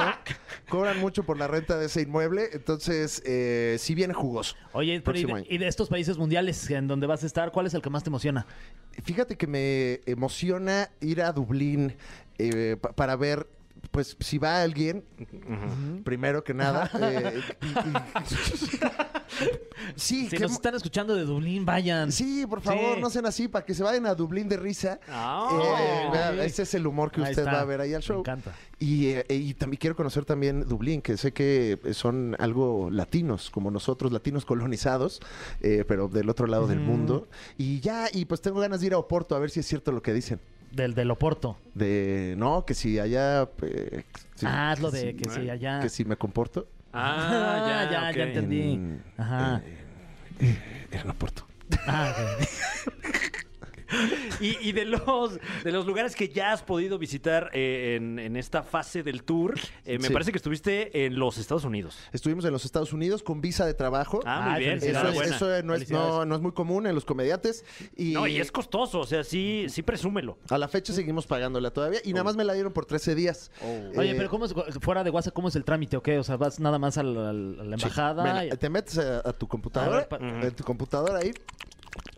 [SPEAKER 6] cobran mucho por la renta de ese inmueble. Entonces, eh, sí viene jugoso.
[SPEAKER 3] Oye, pero y,
[SPEAKER 6] Próximo
[SPEAKER 3] de,
[SPEAKER 6] año.
[SPEAKER 3] y de estos países mundiales en donde vas a estar, ¿cuál es el que más te emociona?
[SPEAKER 6] Fíjate que me emociona ir a Dublín eh, pa- para ver, pues, si va alguien, primero que nada. eh, y- y-
[SPEAKER 3] [laughs] Si
[SPEAKER 6] sí, qué
[SPEAKER 3] nos
[SPEAKER 6] mo-
[SPEAKER 3] están escuchando de Dublín, vayan.
[SPEAKER 6] sí, por favor,
[SPEAKER 3] Sí.
[SPEAKER 6] no sean así, para que se vayan a Dublín de risa.
[SPEAKER 2] Ah.
[SPEAKER 6] Eh,
[SPEAKER 3] Oh.
[SPEAKER 6] vea, ese es el humor que
[SPEAKER 3] Ahí
[SPEAKER 6] usted
[SPEAKER 3] está.
[SPEAKER 6] va a ver ahí al
[SPEAKER 3] Me
[SPEAKER 6] show.
[SPEAKER 3] encanta.
[SPEAKER 6] Y, eh, y también quiero conocer también Dublín, que sé que son algo latinos, como nosotros, latinos colonizados, eh, pero del otro lado
[SPEAKER 3] Mm.
[SPEAKER 6] del mundo. Y ya, y pues tengo ganas de ir a Oporto a ver si es cierto lo que dicen.
[SPEAKER 3] Del de Loporto.
[SPEAKER 6] De, no, que si allá... eh, si-
[SPEAKER 3] ah, es lo
[SPEAKER 6] que
[SPEAKER 3] de
[SPEAKER 6] si-
[SPEAKER 3] que sí, allá.
[SPEAKER 6] eh, Que si me comporto eh,
[SPEAKER 2] Ah,
[SPEAKER 3] [laughs] Ah, ya,
[SPEAKER 2] ok.
[SPEAKER 3] ya entendí.
[SPEAKER 6] en,
[SPEAKER 3] Ajá.
[SPEAKER 6] en- en Oporto.
[SPEAKER 3] Ah,
[SPEAKER 6] [laughs]
[SPEAKER 3] ok.
[SPEAKER 2] Y, y de los de los lugares que ya has podido visitar eh, en, en esta fase del tour, eh, me
[SPEAKER 6] Sí.
[SPEAKER 2] parece que estuviste en los Estados Unidos.
[SPEAKER 6] Estuvimos en los Estados Unidos con visa de trabajo.
[SPEAKER 2] Ah, muy
[SPEAKER 3] Ay,
[SPEAKER 2] bien.
[SPEAKER 3] felicidades.
[SPEAKER 6] Eso, es-
[SPEAKER 2] enhorabuena.
[SPEAKER 6] eso no, es, no,
[SPEAKER 3] Felicidades.
[SPEAKER 6] no es muy común en los comediantes. Y,
[SPEAKER 2] No, y es costoso, o sea, sí, sí presúmelo.
[SPEAKER 6] A la fecha seguimos pagándola todavía y nada más me la dieron por 13 días.
[SPEAKER 3] Oh. Oye,
[SPEAKER 6] Eh,
[SPEAKER 3] pero ¿cómo es, fuera de WhatsApp, cómo es el trámite o qué? O sea, vas nada más al- al- a la,
[SPEAKER 6] sí,
[SPEAKER 3] embajada.
[SPEAKER 6] me la- te metes a, a tu computadora,
[SPEAKER 3] A ver, pa-
[SPEAKER 6] en tu computadora ahí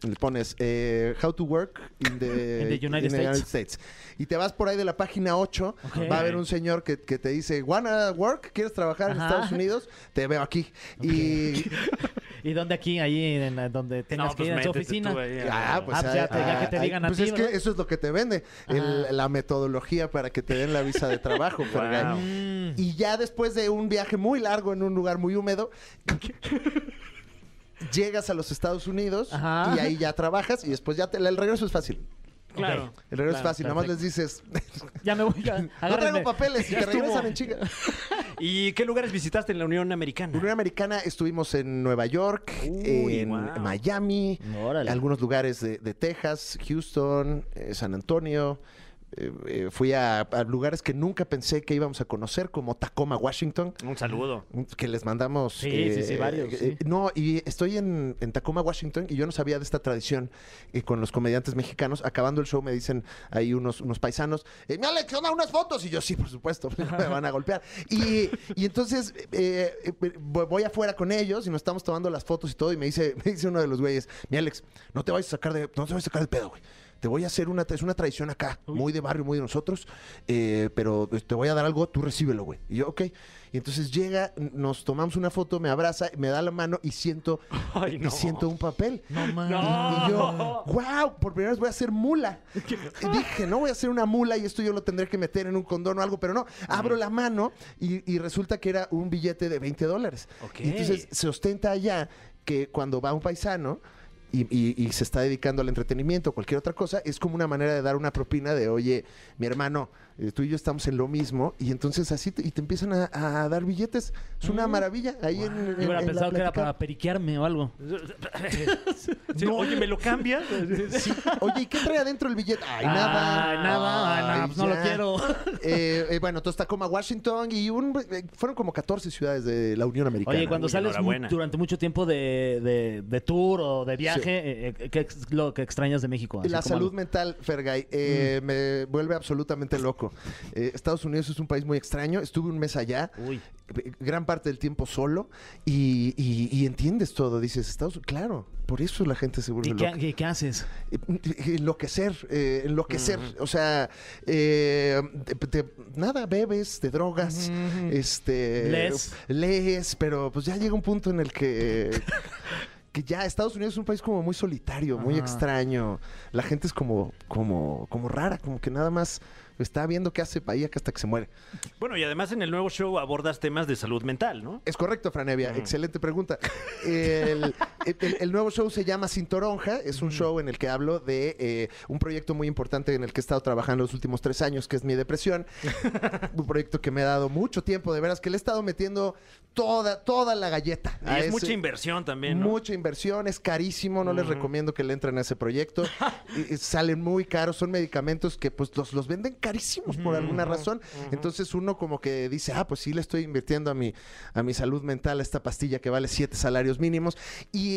[SPEAKER 6] le pones eh, How to Work in the,
[SPEAKER 3] In the United
[SPEAKER 6] States. Y te vas por ahí de la página 8,
[SPEAKER 3] Ok.
[SPEAKER 6] va a haber un señor que, que te dice, ¿Wanna work? ¿Quieres trabajar en
[SPEAKER 3] Ajá.
[SPEAKER 6] Estados Unidos? Te veo aquí.
[SPEAKER 3] [laughs]
[SPEAKER 6] Y
[SPEAKER 3] ¿Y dónde aquí? Ahí, en la- donde tengas
[SPEAKER 2] No, pues
[SPEAKER 3] que ir a tu
[SPEAKER 2] métete
[SPEAKER 3] oficina.
[SPEAKER 2] tú ahí,
[SPEAKER 6] Ah, pues
[SPEAKER 3] Ah, ya te- ya que te digan a
[SPEAKER 6] pues
[SPEAKER 3] ti,
[SPEAKER 6] es que
[SPEAKER 3] ¿verdad?
[SPEAKER 6] eso es lo que te vende, el-
[SPEAKER 3] Ajá.
[SPEAKER 6] la metodología para que te den la visa de trabajo,
[SPEAKER 3] [laughs]
[SPEAKER 6] Fergay.
[SPEAKER 2] Wow.
[SPEAKER 3] Mm,
[SPEAKER 6] Y ya después de un viaje muy largo en un lugar muy húmedo, [laughs] llegas a los Estados Unidos
[SPEAKER 3] Ajá.
[SPEAKER 6] y ahí ya trabajas y después ya te- el regreso es fácil.
[SPEAKER 2] Claro.
[SPEAKER 6] El regreso es
[SPEAKER 3] Claro,
[SPEAKER 6] fácil, nada más les
[SPEAKER 3] perfecto.
[SPEAKER 6] dices, [laughs]
[SPEAKER 3] Ya me voy. Ya,
[SPEAKER 6] no
[SPEAKER 3] agárrenme.
[SPEAKER 6] traigo papeles y
[SPEAKER 3] Ya
[SPEAKER 6] te
[SPEAKER 3] estuvo.
[SPEAKER 6] regresan en chinga.
[SPEAKER 2] ¿Y qué lugares visitaste en la Unión Americana?
[SPEAKER 6] Unión Americana estuvimos en Nueva York,
[SPEAKER 2] Uy,
[SPEAKER 6] en
[SPEAKER 2] wow.
[SPEAKER 6] Miami,
[SPEAKER 3] Órale.
[SPEAKER 6] algunos lugares de, de Texas, Houston, eh, San Antonio, eh, eh, fui a, a lugares que nunca pensé que íbamos a conocer, como Tacoma, Washington,
[SPEAKER 2] Un
[SPEAKER 6] [laughs]
[SPEAKER 2] saludo.
[SPEAKER 6] que les mandamos. eh,
[SPEAKER 3] Sí, sí, sí, varios, sí.
[SPEAKER 6] No, y estoy en, en Tacoma, Washington, y yo no sabía de esta tradición eh, con los comediantes mexicanos. Acabando el show me dicen ahí unos, unos paisanos, eh, me alecciona unas fotos. Y yo, sí, por supuesto, [laughs] me van a golpear. Y, y entonces eh, eh, voy voy afuera con ellos y nos estamos tomando las fotos y todo. Y me dice, [laughs] me dice uno de los güeyes, mi Alex, no te vayas a sacar de, no te vayas a sacar del pedo, güey. Te voy a hacer una, es una tradición acá, muy de barrio, muy de nosotros, eh, pero te voy a dar algo, tú recíbelo, güey. Y yo, ok. Y entonces llega, nos tomamos una foto, me abraza, me da la mano y siento,
[SPEAKER 2] Ay,
[SPEAKER 6] y
[SPEAKER 2] no.
[SPEAKER 6] siento un papel. No
[SPEAKER 2] mames.
[SPEAKER 6] Y
[SPEAKER 2] No.
[SPEAKER 6] yo,
[SPEAKER 3] [laughs]
[SPEAKER 6] wow, por primera vez voy a hacer mula. Y dije, no voy a hacer una mula y esto yo lo tendré que meter en un condón o algo, pero no. Abro la mano y, y resulta que era un billete de 20 dólares.
[SPEAKER 2] Ok.
[SPEAKER 6] Y Entonces se ostenta allá que cuando va un paisano y, y- y se está dedicando al entretenimiento o cualquier otra cosa, es como una manera de dar una propina de, oye, mi hermano, eh, tú y yo estamos en lo mismo, y entonces así te, y te empiezan a, a dar billetes. Es una maravilla. Ahí en, en-
[SPEAKER 3] Mm. Yo hubiera
[SPEAKER 6] en la
[SPEAKER 3] pensado que era
[SPEAKER 6] plática.
[SPEAKER 3] para periquearme o algo.
[SPEAKER 2] Sí, Oye, ¿me lo cambias?
[SPEAKER 6] [laughs] Sí. Oye, ¿y qué trae adentro el billete? Ay,
[SPEAKER 3] Ah,
[SPEAKER 6] nada.
[SPEAKER 3] nada, ah, nada, pues no lo
[SPEAKER 6] ya.
[SPEAKER 3] quiero.
[SPEAKER 6] Eh, eh, bueno, entonces Tacoma, Washington y un, eh, fueron como 14 ciudades de la Unión Americana.
[SPEAKER 3] Oye, cuando
[SPEAKER 2] Uy,
[SPEAKER 3] sales mu-
[SPEAKER 2] enhorabuena.
[SPEAKER 3] durante mucho tiempo de, de- de tour o de viaje, eh, eh, ¿qué es lo que extrañas de México? Así
[SPEAKER 6] La
[SPEAKER 3] como
[SPEAKER 6] salud
[SPEAKER 3] algo.
[SPEAKER 6] mental, Fergay, eh,
[SPEAKER 3] Mm.
[SPEAKER 6] me vuelve absolutamente loco. Eh, Estados Unidos es un país muy extraño. Estuve un mes allá,
[SPEAKER 3] Uy.
[SPEAKER 6] eh, gran parte del tiempo solo, y, y- y entiendes todo. Dices, Estados claro, por eso la gente se vuelve
[SPEAKER 3] ¿Y qué,
[SPEAKER 6] loca.
[SPEAKER 3] qué- qué haces?
[SPEAKER 6] Eh, Enloquecer, eh, enloquecer. O sea, eh, te- te- nada, bebes, te drogas, este.
[SPEAKER 3] Lees.
[SPEAKER 6] lees, pero pues ya llega un punto en
[SPEAKER 3] [laughs]
[SPEAKER 6] el que. Que ya Estados Unidos es un país como muy solitario, muy
[SPEAKER 3] Ajá.
[SPEAKER 6] extraño. La gente es como, como, como rara, como que nada más está viendo qué hace para ahí hasta que se muere.
[SPEAKER 2] Bueno, y además en el nuevo show abordas temas de salud mental, ¿no?
[SPEAKER 6] Es correcto, Franevia. Excelente pregunta. [laughs] El, el- el nuevo show se llama Sin Toronja. Es un show en el que hablo de eh, un proyecto muy importante en el que he estado trabajando los últimos tres años, que es
[SPEAKER 2] [laughs]
[SPEAKER 6] mi depresión. un proyecto que me ha dado mucho tiempo, de veras, que le he estado metiendo toda, toda la galleta.
[SPEAKER 2] Y
[SPEAKER 6] a
[SPEAKER 2] es
[SPEAKER 6] ese-
[SPEAKER 2] mucha inversión también, ¿no?
[SPEAKER 6] Ah, Mucha inversión, es carísimo, no les recomiendo que le entren a ese proyecto.
[SPEAKER 2] [laughs]
[SPEAKER 6] Y- y salen muy caros, son medicamentos que pues los, los venden carísimos por alguna razón. Entonces uno como que dice, ah, pues sí le estoy invirtiendo a mi, a mi salud mental, a esta pastilla que vale siete salarios mínimos. Y,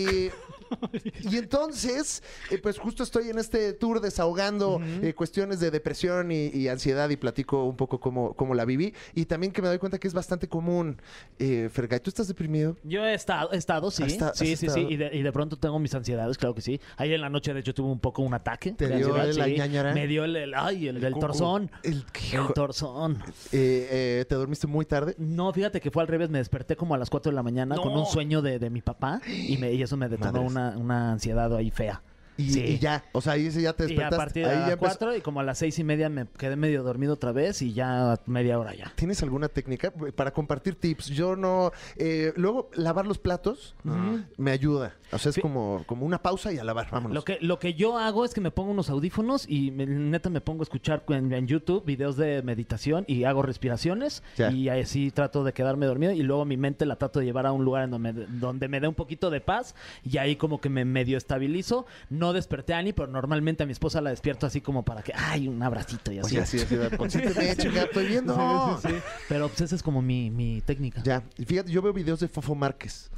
[SPEAKER 6] y entonces, eh, pues justo estoy en este tour desahogando eh, cuestiones de depresión y, y ansiedad y platico un poco cómo, cómo la viví. Y también que me doy cuenta que es bastante común. Eh, Fergay, ¿tú estás deprimido?
[SPEAKER 3] Yo he estado, he estado sí.
[SPEAKER 6] Has esta-
[SPEAKER 3] sí,
[SPEAKER 6] has
[SPEAKER 3] sí, sí.
[SPEAKER 6] estado.
[SPEAKER 3] Y de, y de pronto tengo mis ansiedades, claro que sí. Ayer en la noche, de hecho, tuve un poco un ataque.
[SPEAKER 6] ¿Te
[SPEAKER 3] de
[SPEAKER 6] dio
[SPEAKER 3] ansiedad,
[SPEAKER 6] la ñañara?
[SPEAKER 3] Me dio el, el- ay, el, del torzón.
[SPEAKER 6] El,
[SPEAKER 3] El torzón.
[SPEAKER 6] Eh, eh, ¿Te dormiste muy tarde?
[SPEAKER 3] No, fíjate que fue al revés. Me desperté como a las 4 de la mañana
[SPEAKER 2] No.
[SPEAKER 3] con un sueño de, de mi papá y, me, y eso me detonó
[SPEAKER 6] Madres.
[SPEAKER 3] una, una ansiedad ahí fea.
[SPEAKER 6] Y,
[SPEAKER 3] Sí.
[SPEAKER 6] y ya, o sea, ahí sí ya
[SPEAKER 3] Y
[SPEAKER 6] te
[SPEAKER 3] a
[SPEAKER 6] despertaste.
[SPEAKER 3] partir de
[SPEAKER 6] ahí ya
[SPEAKER 3] las
[SPEAKER 6] empezó.
[SPEAKER 3] 4 y como a las seis y media me quedé medio dormido otra vez y ya a media hora ya.
[SPEAKER 6] ¿Tienes alguna técnica para compartir tips? Yo no. eh, luego, lavar los platos mm, me ayuda. O sea, es
[SPEAKER 3] Fi-
[SPEAKER 6] como, como una pausa y a lavar. Vámonos.
[SPEAKER 3] Lo que, lo que yo hago es que me pongo unos audífonos y me- neta me pongo a escuchar en, en YouTube videos de meditación y hago respiraciones
[SPEAKER 6] Ya.
[SPEAKER 3] y así trato de quedarme dormido y luego mi mente la trato de llevar a un lugar en donde, donde me dé un poquito de paz y ahí como que me medio estabilizo. No desperté a Ani, pero normalmente a mi esposa la despierto así como para que, ay, un abracito y así.
[SPEAKER 6] Oye, así, así, de, "Consiénteme, chica, estoy viendo.
[SPEAKER 3] Sí, sí, sí. Pero pues esa es como mi, mi técnica.
[SPEAKER 6] Ya, y fíjate, yo veo videos de Fofo
[SPEAKER 3] [laughs]
[SPEAKER 6] Márquez.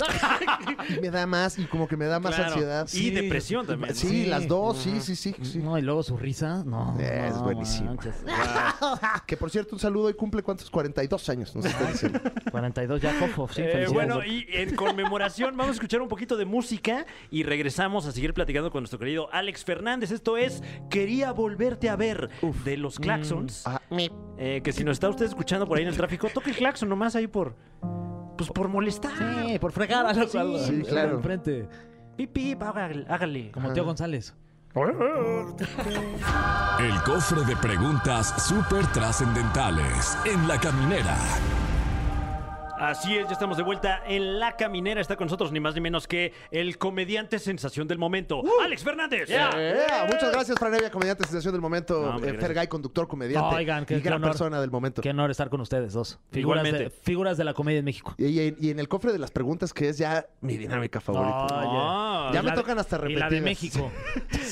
[SPEAKER 6] y me da más, y como que me da más
[SPEAKER 2] Claro.
[SPEAKER 6] ansiedad.
[SPEAKER 2] Y depresión también, ¿no?
[SPEAKER 6] Sí,
[SPEAKER 2] Sí.
[SPEAKER 6] las dos, sí, sí, sí. sí.
[SPEAKER 3] No, y luego su risa, no.
[SPEAKER 6] Es
[SPEAKER 3] no,
[SPEAKER 6] buenísima.
[SPEAKER 3] manches.
[SPEAKER 6] Que por cierto, un saludo y cumple cuántos? 42 años, nos está diciendo.
[SPEAKER 3] 42 ya, Cofo, sí,
[SPEAKER 2] [laughs] Eh,
[SPEAKER 3] felicidades.
[SPEAKER 2] bueno, y en conmemoración vamos a escuchar un poquito de música y regresamos a seguir platicando con nuestro querido Alex Fernández. Esto es Quería volverte a ver de los Claxons.
[SPEAKER 6] Ah,
[SPEAKER 2] Eh, que si nos está usted escuchando por ahí en el tráfico, toque el claxon nomás ahí por pues por molestar.
[SPEAKER 3] Sí, por fregar a los al-
[SPEAKER 6] sí,
[SPEAKER 3] al-
[SPEAKER 6] claro.
[SPEAKER 3] al frente.
[SPEAKER 2] Pip, pip, hágale. hágale.
[SPEAKER 3] Como Tío González.
[SPEAKER 1] El cofre de preguntas súper trascendentales en la caminera.
[SPEAKER 2] Así es, ya estamos de vuelta en La Caminera. Está con nosotros ni más ni menos que el comediante sensación del momento, Alex Fernández.
[SPEAKER 6] Eh, Uh. Muchas gracias, Franevia, comediante sensación del momento.
[SPEAKER 2] No, hombre,
[SPEAKER 6] eh,
[SPEAKER 2] gracias.
[SPEAKER 6] Fergay, conductor, comediante.
[SPEAKER 3] Oigan, qué-
[SPEAKER 6] y
[SPEAKER 3] qué
[SPEAKER 6] gran
[SPEAKER 3] honor.
[SPEAKER 6] persona del momento.
[SPEAKER 3] Qué honor estar con ustedes dos. Figuras de,
[SPEAKER 2] Igualmente.
[SPEAKER 3] figuras de la comedia en México.
[SPEAKER 6] Y, y- y en el cofre de las preguntas, que es ya mi dinámica favorita.
[SPEAKER 2] Ah, No,
[SPEAKER 6] Ya
[SPEAKER 2] y
[SPEAKER 6] me
[SPEAKER 2] la-
[SPEAKER 6] tocan hasta
[SPEAKER 3] Y la de
[SPEAKER 6] repetidas.
[SPEAKER 3] México.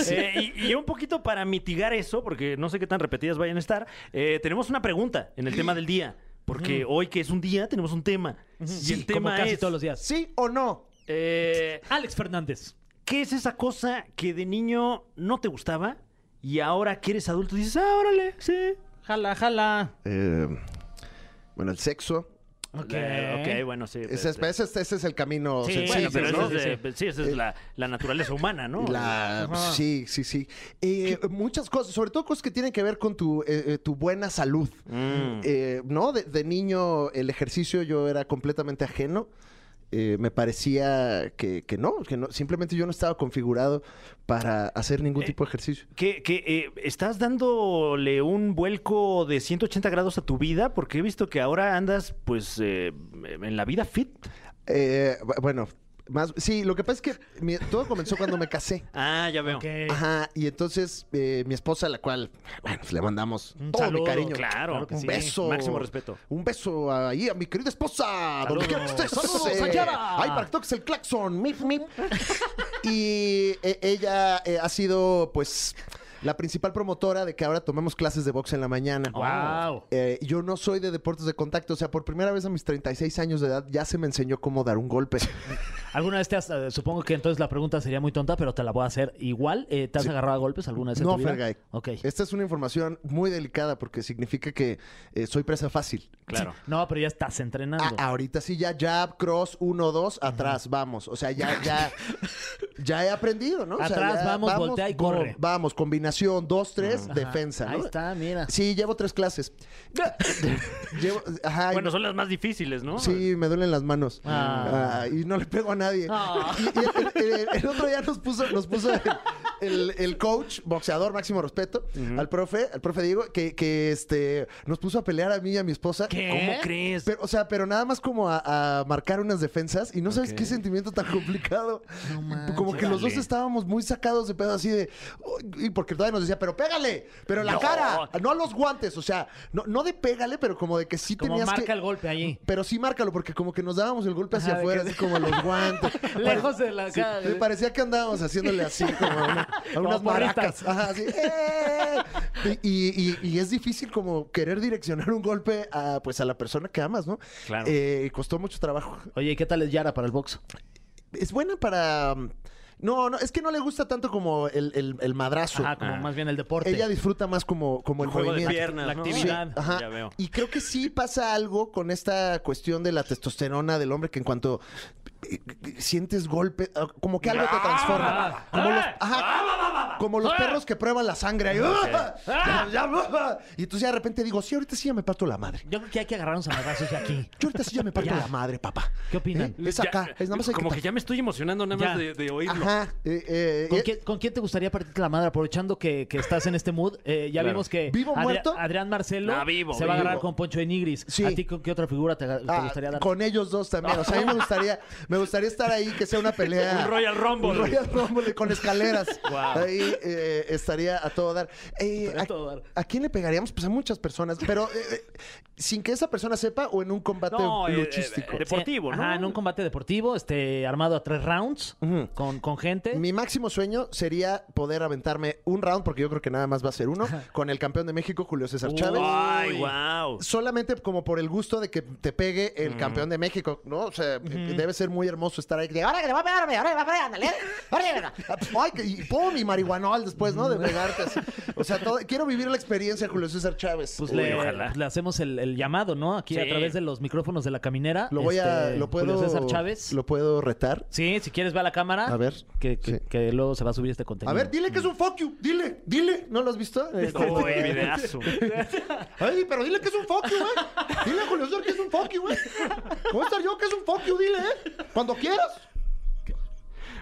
[SPEAKER 2] Eh, y, y un poquito para mitigar eso, porque no sé qué tan repetidas vayan a estar, eh, tenemos una pregunta en el tema del día. Porque hoy que es un día, tenemos un tema. Y el
[SPEAKER 3] Mm. Sí,
[SPEAKER 2] tema
[SPEAKER 3] como casi
[SPEAKER 2] es,
[SPEAKER 3] todos los días.
[SPEAKER 6] ¿Sí o no?
[SPEAKER 2] eh,
[SPEAKER 3] Alex Fernández.
[SPEAKER 2] ¿qué es esa cosa que de niño no te gustaba y ahora que eres adulto dices, ah, órale, sí.
[SPEAKER 3] Jala, jala.
[SPEAKER 6] Eh, bueno, el sexo.
[SPEAKER 3] Ok.
[SPEAKER 2] Eh, ok, bueno, sí.
[SPEAKER 6] Ese es,
[SPEAKER 2] pero-
[SPEAKER 6] ese es- ese es el camino
[SPEAKER 3] Sí,
[SPEAKER 6] sencillo,
[SPEAKER 2] bueno, pero
[SPEAKER 3] sí,
[SPEAKER 6] ¿no?
[SPEAKER 2] eso es,
[SPEAKER 3] sí,
[SPEAKER 2] eh, sí, esa es la, la naturaleza humana, ¿no?
[SPEAKER 6] La-
[SPEAKER 3] Ajá.
[SPEAKER 6] sí, sí, sí. Eh, muchas cosas, sobre todo cosas que tienen que ver con tu, eh, eh, tu buena salud.
[SPEAKER 2] Mm.
[SPEAKER 6] Eh, ¿No? De, de niño, el ejercicio yo era completamente ajeno. Eh, me parecía que, que no, que no, simplemente yo no estaba configurado para hacer ningún
[SPEAKER 3] Eh.
[SPEAKER 6] tipo de ejercicio.
[SPEAKER 2] Que, que, eh, estás dándole un vuelco de 180 grados a tu vida, porque he visto que ahora andas, pues, eh, en la vida fit.
[SPEAKER 6] Eh, bu- bueno, más, sí, lo que pasa es que mi- todo comenzó cuando
[SPEAKER 3] [laughs]
[SPEAKER 6] me casé.
[SPEAKER 2] Ah, ya veo.
[SPEAKER 3] Ok.
[SPEAKER 6] Ajá, y entonces eh, mi esposa, la cual, bueno, pues le mandamos
[SPEAKER 3] Un
[SPEAKER 6] todo
[SPEAKER 3] saludo,
[SPEAKER 6] mi cariño.
[SPEAKER 2] Claro,
[SPEAKER 3] Claro que
[SPEAKER 6] un
[SPEAKER 3] sí.
[SPEAKER 6] beso.
[SPEAKER 2] Máximo respeto.
[SPEAKER 6] Un beso ahí a mi querida esposa.
[SPEAKER 2] Saludos.
[SPEAKER 6] Donde quiera que estés.
[SPEAKER 3] Saludos,
[SPEAKER 6] Eh,
[SPEAKER 3] Ayala.
[SPEAKER 6] Ay, para que toques el claxon. Mip,
[SPEAKER 3] [laughs]
[SPEAKER 6] mip. y eh, ella eh, ha sido, pues, la principal promotora de que ahora tomemos clases de box en la mañana.
[SPEAKER 3] Wow.
[SPEAKER 6] Eh, yo no soy de deportes de contacto, o sea, por primera vez a mis 36 años de edad ya se me enseñó cómo dar un golpe.
[SPEAKER 3] ¿Alguna vez te has, eh, supongo que entonces la pregunta sería muy tonta, pero te la voy a hacer igual? eh, ¿Te has agarrado a golpes alguna vez en
[SPEAKER 6] No,
[SPEAKER 3] tu vida?
[SPEAKER 6] Fergay.
[SPEAKER 3] Ok.
[SPEAKER 6] Esta es una información muy delicada porque significa que eh, soy presa fácil.
[SPEAKER 2] Claro.
[SPEAKER 3] No, pero ya estás entrenando.
[SPEAKER 6] Ah, ahorita sí, ya jab, cross, uno, dos, atrás, vamos. O sea, ya,
[SPEAKER 3] [laughs]
[SPEAKER 6] ya, ya he aprendido, ¿no? O sea,
[SPEAKER 3] Atrás,
[SPEAKER 6] ya
[SPEAKER 3] vamos, voltea y
[SPEAKER 6] go-
[SPEAKER 3] corre.
[SPEAKER 6] Vamos, combinación, dos, tres,
[SPEAKER 3] Ajá.
[SPEAKER 6] defensa, ¿no?
[SPEAKER 3] Ahí está, mira.
[SPEAKER 6] Sí, llevo
[SPEAKER 3] [laughs]
[SPEAKER 6] tres clases. llevo, ajá, y-
[SPEAKER 2] Bueno, son las más difíciles, ¿no?
[SPEAKER 6] Sí, me duelen las manos.
[SPEAKER 3] Ah.
[SPEAKER 6] Ah, y no le pego a nadie.
[SPEAKER 3] Ah.
[SPEAKER 6] Y- y el, el- el otro día nos puso, nos puso el, el- el coach, boxeador, máximo respeto, al profe, al profe Diego, que, que, este, nos puso a pelear a mí y a mi esposa.
[SPEAKER 3] ¿Qué?
[SPEAKER 2] ¿Cómo crees?
[SPEAKER 6] Pero, o sea, pero nada más como a, a marcar unas defensas y no sabes qué sentimiento tan complicado. como que los dos
[SPEAKER 2] Dale.
[SPEAKER 6] estábamos muy sacados de pedo así de... "Oh", y porque todavía nos decía, pero pégale, pero en la
[SPEAKER 2] No.
[SPEAKER 6] cara, no a los guantes, o sea, no, no de pégale, pero como de que sí
[SPEAKER 3] Como
[SPEAKER 6] tenías
[SPEAKER 3] marca
[SPEAKER 6] que...
[SPEAKER 3] el golpe allí.
[SPEAKER 6] Pero sí márcalo, porque como que nos dábamos el golpe hacia
[SPEAKER 3] Ajá, de
[SPEAKER 6] afuera,
[SPEAKER 3] que-
[SPEAKER 6] así
[SPEAKER 3] [laughs]
[SPEAKER 6] como los guantes.
[SPEAKER 3] Lejos de la
[SPEAKER 6] Sí,
[SPEAKER 3] cara.
[SPEAKER 6] me parecía que andábamos haciéndole así, como a, una- a
[SPEAKER 3] [laughs] Como
[SPEAKER 6] unas
[SPEAKER 3] porritas.
[SPEAKER 6] maracas. Ajá, así, ¡eh! Y, y- y- y es difícil como querer direccionar un golpe a, pues, a la persona que amas, ¿no?
[SPEAKER 2] Claro.
[SPEAKER 6] Eh, costó mucho trabajo.
[SPEAKER 3] Oye, ¿y qué tal es Yara para el box?
[SPEAKER 6] Es buena para... mm, No, no, es que no le gusta tanto como el, el- el madrazo.
[SPEAKER 3] Ajá, como
[SPEAKER 2] Ah.
[SPEAKER 3] más bien el deporte.
[SPEAKER 6] Ella disfruta más como, como el,
[SPEAKER 2] el juego de
[SPEAKER 6] movimiento.
[SPEAKER 2] piernas,
[SPEAKER 3] la
[SPEAKER 2] ¿no?
[SPEAKER 3] actividad.
[SPEAKER 2] Sí,
[SPEAKER 6] Ajá.
[SPEAKER 2] Ya veo.
[SPEAKER 6] Y creo que sí pasa algo con esta cuestión de la testosterona del hombre que en cuanto eh, eh, sientes golpe, ah, como que algo te transforma. Como los, ajá, como los perros que prueban la sangre. ahí, ¡ah! Ya, ya, ¡ah! Y entonces ya de repente digo, sí, ahorita sí ya me parto la madre.
[SPEAKER 3] Yo creo que hay que agarrarnos a madrazos de aquí.
[SPEAKER 6] Yo ahorita sí ya me parto
[SPEAKER 3] Ya.
[SPEAKER 6] la madre, papá.
[SPEAKER 3] ¿Qué opinan?
[SPEAKER 6] ¿Eh? Es
[SPEAKER 2] Ya-
[SPEAKER 6] acá. es nada más hay
[SPEAKER 2] como que
[SPEAKER 6] que...
[SPEAKER 2] ya me estoy emocionando nada más
[SPEAKER 3] Ya.
[SPEAKER 2] de, de oírlo.
[SPEAKER 6] Ajá. eh, eh,
[SPEAKER 3] ¿Con,
[SPEAKER 6] eh,
[SPEAKER 3] quién, con quién te gustaría partirte la madre? Aprovechando que, que estás en este mood, eh, ya
[SPEAKER 2] Claro.
[SPEAKER 3] vimos que
[SPEAKER 6] ¿Vivo muerto?
[SPEAKER 3] Adrián Marcelo
[SPEAKER 2] Ah, vivo,
[SPEAKER 3] se va a
[SPEAKER 2] vivo.
[SPEAKER 3] agarrar con Poncho de Nigris.
[SPEAKER 6] Sí.
[SPEAKER 3] ¿A ti con qué otra figura te, te
[SPEAKER 6] ah,
[SPEAKER 3] gustaría dar?
[SPEAKER 6] con ellos dos también. O sea, a mí me gustaría, me gustaría estar ahí, que sea una pelea.
[SPEAKER 2] [laughs] Un Royal Rumble.
[SPEAKER 6] Un Royal Rumble con escaleras.
[SPEAKER 2] [laughs] Guau.
[SPEAKER 6] Ahí eh, estaría a todo dar. Eh,
[SPEAKER 3] Estaría a
[SPEAKER 6] a,
[SPEAKER 3] todo dar.
[SPEAKER 6] a quién le pegaríamos? Pues a muchas personas, pero eh, eh, sin que esa persona sepa o en un combate
[SPEAKER 2] No, eh, eh,
[SPEAKER 6] luchístico.
[SPEAKER 2] eh, deportivo,
[SPEAKER 3] Sí,
[SPEAKER 2] ¿no?
[SPEAKER 3] Ajá, en un combate deportivo, este, armado a tres rounds,
[SPEAKER 6] Ujú.
[SPEAKER 3] con, con gente.
[SPEAKER 6] Mi máximo sueño sería poder aventarme un round, porque yo creo que nada más va a ser uno, con el campeón de México, Julio César Chávez.
[SPEAKER 2] Ay, wow.
[SPEAKER 6] solamente como por el gusto de que te pegue el campeón de México, ¿no? O sea, debe ser muy hermoso estar ahí. que, Ahora que le va a pegar, hombre, ahora que le va a pegar, ándale, ahora que le va a-". Ay, que- y pum, y marihuanol después, ¿no? De pegarte así. O sea, todo- quiero vivir la experiencia de Julio César Chávez.
[SPEAKER 3] Pues
[SPEAKER 2] Uy,
[SPEAKER 3] le,
[SPEAKER 2] ojalá.
[SPEAKER 3] pues le hacemos el, el llamado, ¿no? Aquí a
[SPEAKER 2] Sí.
[SPEAKER 3] través de los micrófonos de la caminera.
[SPEAKER 6] lo voy a,
[SPEAKER 3] este,
[SPEAKER 6] lo puedo,
[SPEAKER 3] Julio César Chávez.
[SPEAKER 6] lo puedo retar.
[SPEAKER 3] Sí, si quieres ve a la cámara.
[SPEAKER 6] A ver,
[SPEAKER 3] Que, que-
[SPEAKER 6] sí.
[SPEAKER 3] que luego se va a subir este contenido.
[SPEAKER 6] A ver, dile que es un fuck you, dile, dile, ¿no lo has visto? Este,
[SPEAKER 2] Oh, eh,
[SPEAKER 6] [laughs]
[SPEAKER 2] videazo.
[SPEAKER 6] Ay, pero dile que es un fuck you, güey. Dile a Julio César que es un fuck you, güey. ¿Cómo estar yo que es un fuck you? Dile, ¿eh? Cuando quieras.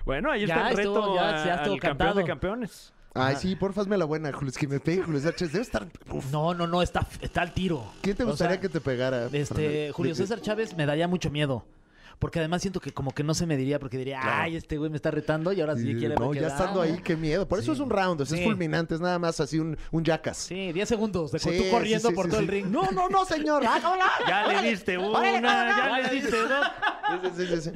[SPEAKER 2] Bueno, ahí
[SPEAKER 3] Ya
[SPEAKER 2] está el
[SPEAKER 3] estuvo,
[SPEAKER 2] reto
[SPEAKER 3] ya-
[SPEAKER 2] a-
[SPEAKER 3] ya estuvo
[SPEAKER 2] al campeón de
[SPEAKER 3] cantado.
[SPEAKER 2] campeones.
[SPEAKER 6] Ay, sí, porfa, hazme la buena, Julio. Es que me pegue Julio Sánchez. Debe estar. Uf.
[SPEAKER 3] No, no, no, está, está al tiro.
[SPEAKER 6] ¿Quién te
[SPEAKER 3] O
[SPEAKER 6] gustaría
[SPEAKER 3] sea,
[SPEAKER 6] que te pegara?
[SPEAKER 3] Este,
[SPEAKER 6] Fernández?
[SPEAKER 3] Julio
[SPEAKER 6] De- de-
[SPEAKER 3] César Chávez me daría mucho miedo. Porque además siento que como que no se me diría, porque diría, ay, este güey me está retando y ahora sí
[SPEAKER 6] de-
[SPEAKER 3] quiere
[SPEAKER 6] No, ya
[SPEAKER 3] requedar".
[SPEAKER 6] estando ahí, qué miedo. Por eso es un round, o sea,
[SPEAKER 3] Sí.
[SPEAKER 6] es fulminante, es nada más así un, un yacas.
[SPEAKER 3] Sí, 10 segundos de
[SPEAKER 6] Sí,
[SPEAKER 3] tú corriendo
[SPEAKER 6] sí, sí,
[SPEAKER 3] por
[SPEAKER 6] sí,
[SPEAKER 3] todo
[SPEAKER 6] sí.
[SPEAKER 3] el ring.
[SPEAKER 6] No,
[SPEAKER 3] [laughs]
[SPEAKER 6] no, no, señor. Ah, no, no.
[SPEAKER 2] Ya le diste una, ya le diste dos.
[SPEAKER 6] Sí, sí, sí, sí.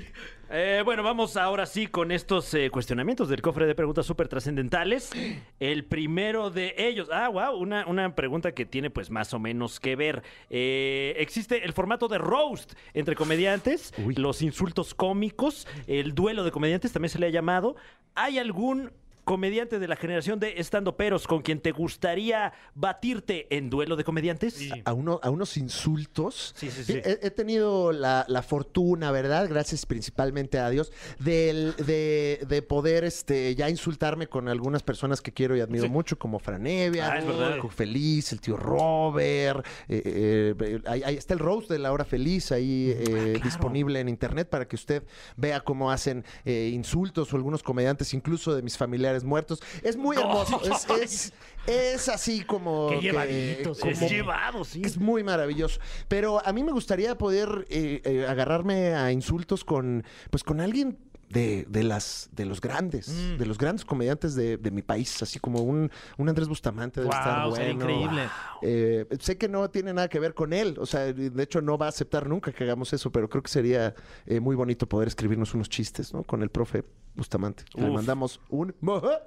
[SPEAKER 2] Eh, bueno, vamos ahora sí con estos eh, cuestionamientos del cofre de preguntas súper trascendentales. El primero de ellos. Ah, wow, una, una pregunta que tiene pues más o menos que ver. Eh, existe el formato de roast entre comediantes, los insultos cómicos, el duelo de comediantes también se le ha llamado. ¿Hay algún comediante de la generación de estando peros con quien te gustaría batirte en duelo de comediantes?
[SPEAKER 6] a, uno- a unos insultos.
[SPEAKER 2] Sí, sí, sí.
[SPEAKER 6] He, he tenido la, la fortuna, ¿verdad? Gracias principalmente a Dios, del- de, de poder este, ya insultarme con algunas personas que quiero y admiro mucho, como Franevia,
[SPEAKER 2] Ah, es verdad.
[SPEAKER 6] Coco Feliz, el tío Robert. eh, eh, eh, ahí, ahí está el roast de la hora feliz ahí
[SPEAKER 2] Ah,
[SPEAKER 6] eh, disponible en internet para que usted vea cómo hacen eh, insultos o algunos comediantes, incluso de mis familiares muertos. Es muy hermoso.
[SPEAKER 2] [laughs]
[SPEAKER 6] es, es- es así como.
[SPEAKER 3] Qué
[SPEAKER 6] que-
[SPEAKER 3] llevaditos,
[SPEAKER 6] como-
[SPEAKER 2] Es llevado, sí.
[SPEAKER 6] es muy maravilloso. Pero a mí me gustaría poder eh, eh, agarrarme a insultos con, pues, con alguien de, de las, de los grandes,
[SPEAKER 3] Mm.
[SPEAKER 6] de los grandes comediantes de, de mi país, así como un, un Andrés Bustamante debe
[SPEAKER 3] Guau,
[SPEAKER 6] estar
[SPEAKER 3] sería
[SPEAKER 6] bueno.
[SPEAKER 3] increíble.
[SPEAKER 6] Eh, sé que no tiene nada que ver con él, o sea, de hecho no va a aceptar nunca que hagamos eso, pero creo que sería eh, muy bonito poder escribirnos unos chistes, ¿no? Con el profe Bustamante. Le
[SPEAKER 2] Uf.
[SPEAKER 6] mandamos un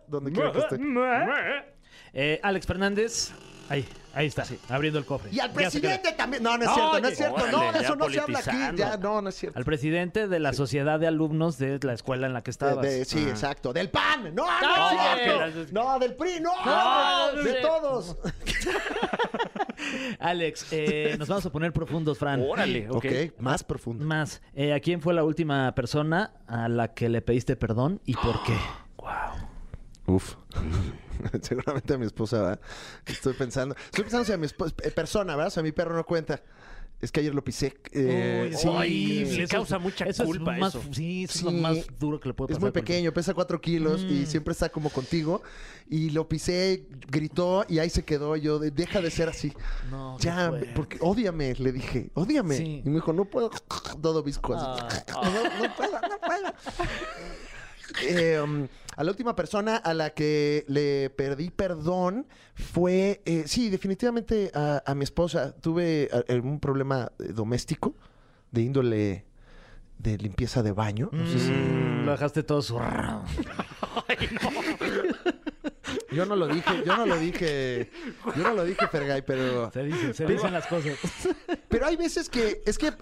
[SPEAKER 6] donde quiera que esté.
[SPEAKER 3] Eh, Alex Fernández. Ahí, ahí está, abriendo el cofre.
[SPEAKER 6] Y al
[SPEAKER 3] Ya se queda.
[SPEAKER 6] presidente también. No, no es cierto, no
[SPEAKER 3] Oye,
[SPEAKER 6] es cierto.
[SPEAKER 2] órale,
[SPEAKER 6] no, de
[SPEAKER 2] ya
[SPEAKER 6] eso no se habla aquí.
[SPEAKER 2] politizando.
[SPEAKER 6] Ya, no, no es cierto.
[SPEAKER 3] Al presidente de la sociedad de alumnos de la escuela en la que
[SPEAKER 6] De-
[SPEAKER 3] estabas.
[SPEAKER 6] de- sí, exacto. Del PAN. No, no,
[SPEAKER 3] No,
[SPEAKER 6] es
[SPEAKER 3] hombre.
[SPEAKER 6] cierto. No, del PRI. No,
[SPEAKER 3] No,
[SPEAKER 6] de
[SPEAKER 3] sí.
[SPEAKER 6] todos.
[SPEAKER 3] Alex, eh, nos vamos a poner profundos, Fran.
[SPEAKER 2] Órale, ok.
[SPEAKER 6] ok, más profundo.
[SPEAKER 3] Más, eh, ¿a quién fue la última persona a la que le pediste perdón y por qué?
[SPEAKER 6] Uf. [laughs] Seguramente a mi esposa, ¿verdad? Estoy pensando. Estoy pensando si a mi esposa, eh, persona, ¿verdad? O sea, mi perro no cuenta. Es que ayer lo pisé. [gasps] Eh,
[SPEAKER 3] Uy,
[SPEAKER 6] sí,
[SPEAKER 2] Ay,
[SPEAKER 6] eh,
[SPEAKER 2] le
[SPEAKER 3] eso
[SPEAKER 2] causa mucha
[SPEAKER 3] eso es
[SPEAKER 2] culpa
[SPEAKER 3] más-
[SPEAKER 2] eso.
[SPEAKER 3] Sí, eso
[SPEAKER 6] Sí.
[SPEAKER 3] es lo más duro que le puede pasar. Mm.
[SPEAKER 6] Es muy
[SPEAKER 3] a cualquier-
[SPEAKER 6] pequeño, pesa cuatro kilos y siempre está como contigo. Y lo pisé, gritó y ahí se quedó. Yo, de, deja de ser así.
[SPEAKER 3] No, qué
[SPEAKER 6] ya,
[SPEAKER 3] fuerte.
[SPEAKER 6] porque ódiame, le dije, ódiame.
[SPEAKER 3] Sí. Ah.
[SPEAKER 6] Y me dijo, no puedo, [laughs] todo visco así. [laughs] No, no puedo, no puedo. Eh, um, a la última persona a la que le perdí perdón fue, eh, sí, definitivamente a, a mi esposa. Tuve eh, un problema eh, doméstico de índole de limpieza de baño. No sé si-
[SPEAKER 3] Mm, Lo dejaste todo zurrado.
[SPEAKER 6] Yo no lo dije, yo no lo dije, yo no lo dije, Fergay, pero,
[SPEAKER 3] Se dicen, se dicen las [laughs] cosas.
[SPEAKER 6] pero hay veces que, es que eh,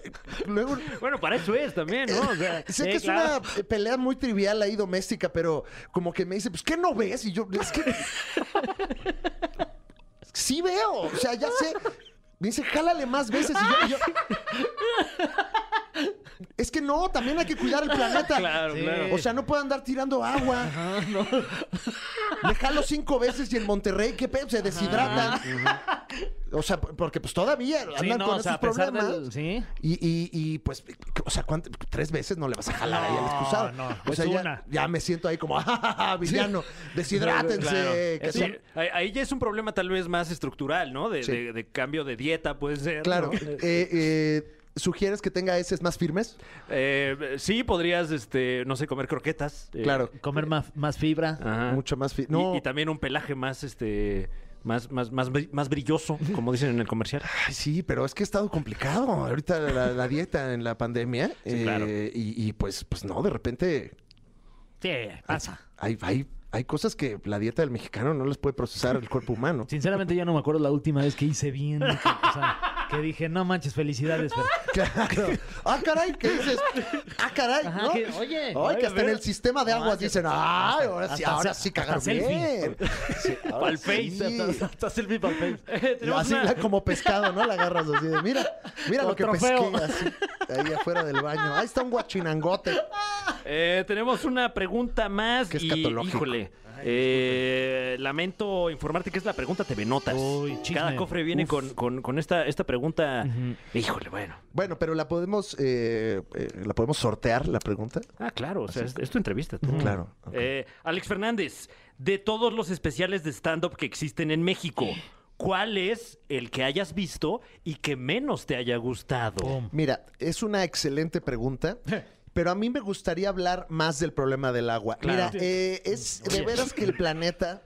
[SPEAKER 6] luego
[SPEAKER 2] Bueno, para eso es también, ¿no? O sea,
[SPEAKER 6] [laughs] Sé
[SPEAKER 3] Sí,
[SPEAKER 6] que es
[SPEAKER 3] claro.
[SPEAKER 6] una eh, pelea muy trivial ahí doméstica, pero como que me dice, pues, ¿qué no ves? Y yo, es que... [laughs] sí veo, o sea, ya sé. Me dice, jálale más veces. Y yo, [laughs] yo- Es que no, también hay que cuidar el planeta.
[SPEAKER 2] Claro,
[SPEAKER 3] Sí.
[SPEAKER 2] claro.
[SPEAKER 6] O sea, no puedo andar tirando agua. [laughs] Le jalo cinco veces y en Monterrey, qué pedo, se deshidratan. O sea, porque pues todavía andan
[SPEAKER 3] Sí, no,
[SPEAKER 6] con
[SPEAKER 3] o sea,
[SPEAKER 6] esos
[SPEAKER 3] a pesar
[SPEAKER 6] problemas.
[SPEAKER 3] del- sí.
[SPEAKER 6] Y, y, y, pues, o sea, ¿cuánt- tres veces no le vas a jalar ahí al excusado.
[SPEAKER 3] no,
[SPEAKER 6] o
[SPEAKER 3] es
[SPEAKER 6] sea, ya,
[SPEAKER 3] una.
[SPEAKER 6] ya me siento ahí como, [laughs] ¡ah, ja, ja, ja, villano! ¡Deshidrátense!
[SPEAKER 2] Claro.
[SPEAKER 6] que
[SPEAKER 2] Es
[SPEAKER 6] son-
[SPEAKER 2] un- ahí, ahí ya es un problema tal vez más estructural, ¿no? De,
[SPEAKER 6] Sí.
[SPEAKER 2] de- de cambio de dieta, puede ser.
[SPEAKER 6] Claro.
[SPEAKER 2] [laughs] ¿no?
[SPEAKER 6] eh, eh, ¿Sugieres que tenga heces más firmes?
[SPEAKER 2] Eh, sí, podrías, este, no sé, comer croquetas. eh,
[SPEAKER 6] Claro.
[SPEAKER 3] Comer más, más fibra.
[SPEAKER 2] ajá.
[SPEAKER 6] Mucho más
[SPEAKER 2] Ah. Y-
[SPEAKER 6] firmes. No,
[SPEAKER 2] Y, también un pelaje más, este, más, más, más, bri- más brilloso, como dicen en el comercial.
[SPEAKER 6] ay, sí, pero es que ha estado complicado. Ahorita la, la dieta en la pandemia. eh,
[SPEAKER 2] claro.
[SPEAKER 6] y, y, pues, pues no, de repente
[SPEAKER 3] Sí, pasa.
[SPEAKER 6] hay, hay, hay cosas que la dieta del mexicano no les puede procesar el cuerpo humano.
[SPEAKER 3] Sinceramente, yo no me acuerdo la última vez que hice bien. que- o sea, que dije, no manches, felicidades. Fer".
[SPEAKER 6] Claro. Ah, caray, ¿qué dices? Ah, caray.
[SPEAKER 3] Ajá,
[SPEAKER 6] ¿no?
[SPEAKER 3] que-
[SPEAKER 6] Ay,
[SPEAKER 3] oye,
[SPEAKER 6] que hasta en el sistema [laughs] de aguas dicen, ay, ahora sí,
[SPEAKER 3] hasta
[SPEAKER 6] ahora
[SPEAKER 3] se-
[SPEAKER 6] sí cagaron
[SPEAKER 3] hasta [laughs]
[SPEAKER 6] bien. Sí,
[SPEAKER 2] Pa'l
[SPEAKER 6] ahora sí.
[SPEAKER 2] Face,
[SPEAKER 3] Hasta- hasta selfie para
[SPEAKER 2] [laughs] Eh, Tenemos
[SPEAKER 6] Así
[SPEAKER 2] una-
[SPEAKER 6] la- como pescado, ¿no? La agarras así de, mira, mira
[SPEAKER 3] Como
[SPEAKER 6] lo que
[SPEAKER 3] trofeo.
[SPEAKER 6] pesqué así, ahí afuera del baño. Ahí está un guachinangote.
[SPEAKER 2] Eh, tenemos una pregunta más.
[SPEAKER 6] Que es
[SPEAKER 2] y,
[SPEAKER 6] catológico.
[SPEAKER 2] Híjole. eh, lamento informarte que es la pregunta TV Notas.
[SPEAKER 3] Uy, chisme.
[SPEAKER 2] Cada cofre viene
[SPEAKER 3] Uf.
[SPEAKER 2] con, con- con esta, esta pregunta.
[SPEAKER 3] Ujú.
[SPEAKER 2] Híjole, bueno.
[SPEAKER 6] Bueno, pero la podemos, eh, eh, la podemos sortear la pregunta.
[SPEAKER 2] Ah, claro, o sea, es, es tu entrevista. tú.
[SPEAKER 6] Claro. ok.
[SPEAKER 2] Eh, Alex Fernández, de todos los especiales de stand-up que existen en México, ¿cuál es el que hayas visto y que menos te haya gustado?
[SPEAKER 6] Mira, es una excelente pregunta.
[SPEAKER 3] [laughs]
[SPEAKER 6] Pero a mí me gustaría hablar más del problema del agua.
[SPEAKER 2] Claro.
[SPEAKER 6] Mira, eh, es de
[SPEAKER 2] Oye.
[SPEAKER 6] veras que el planeta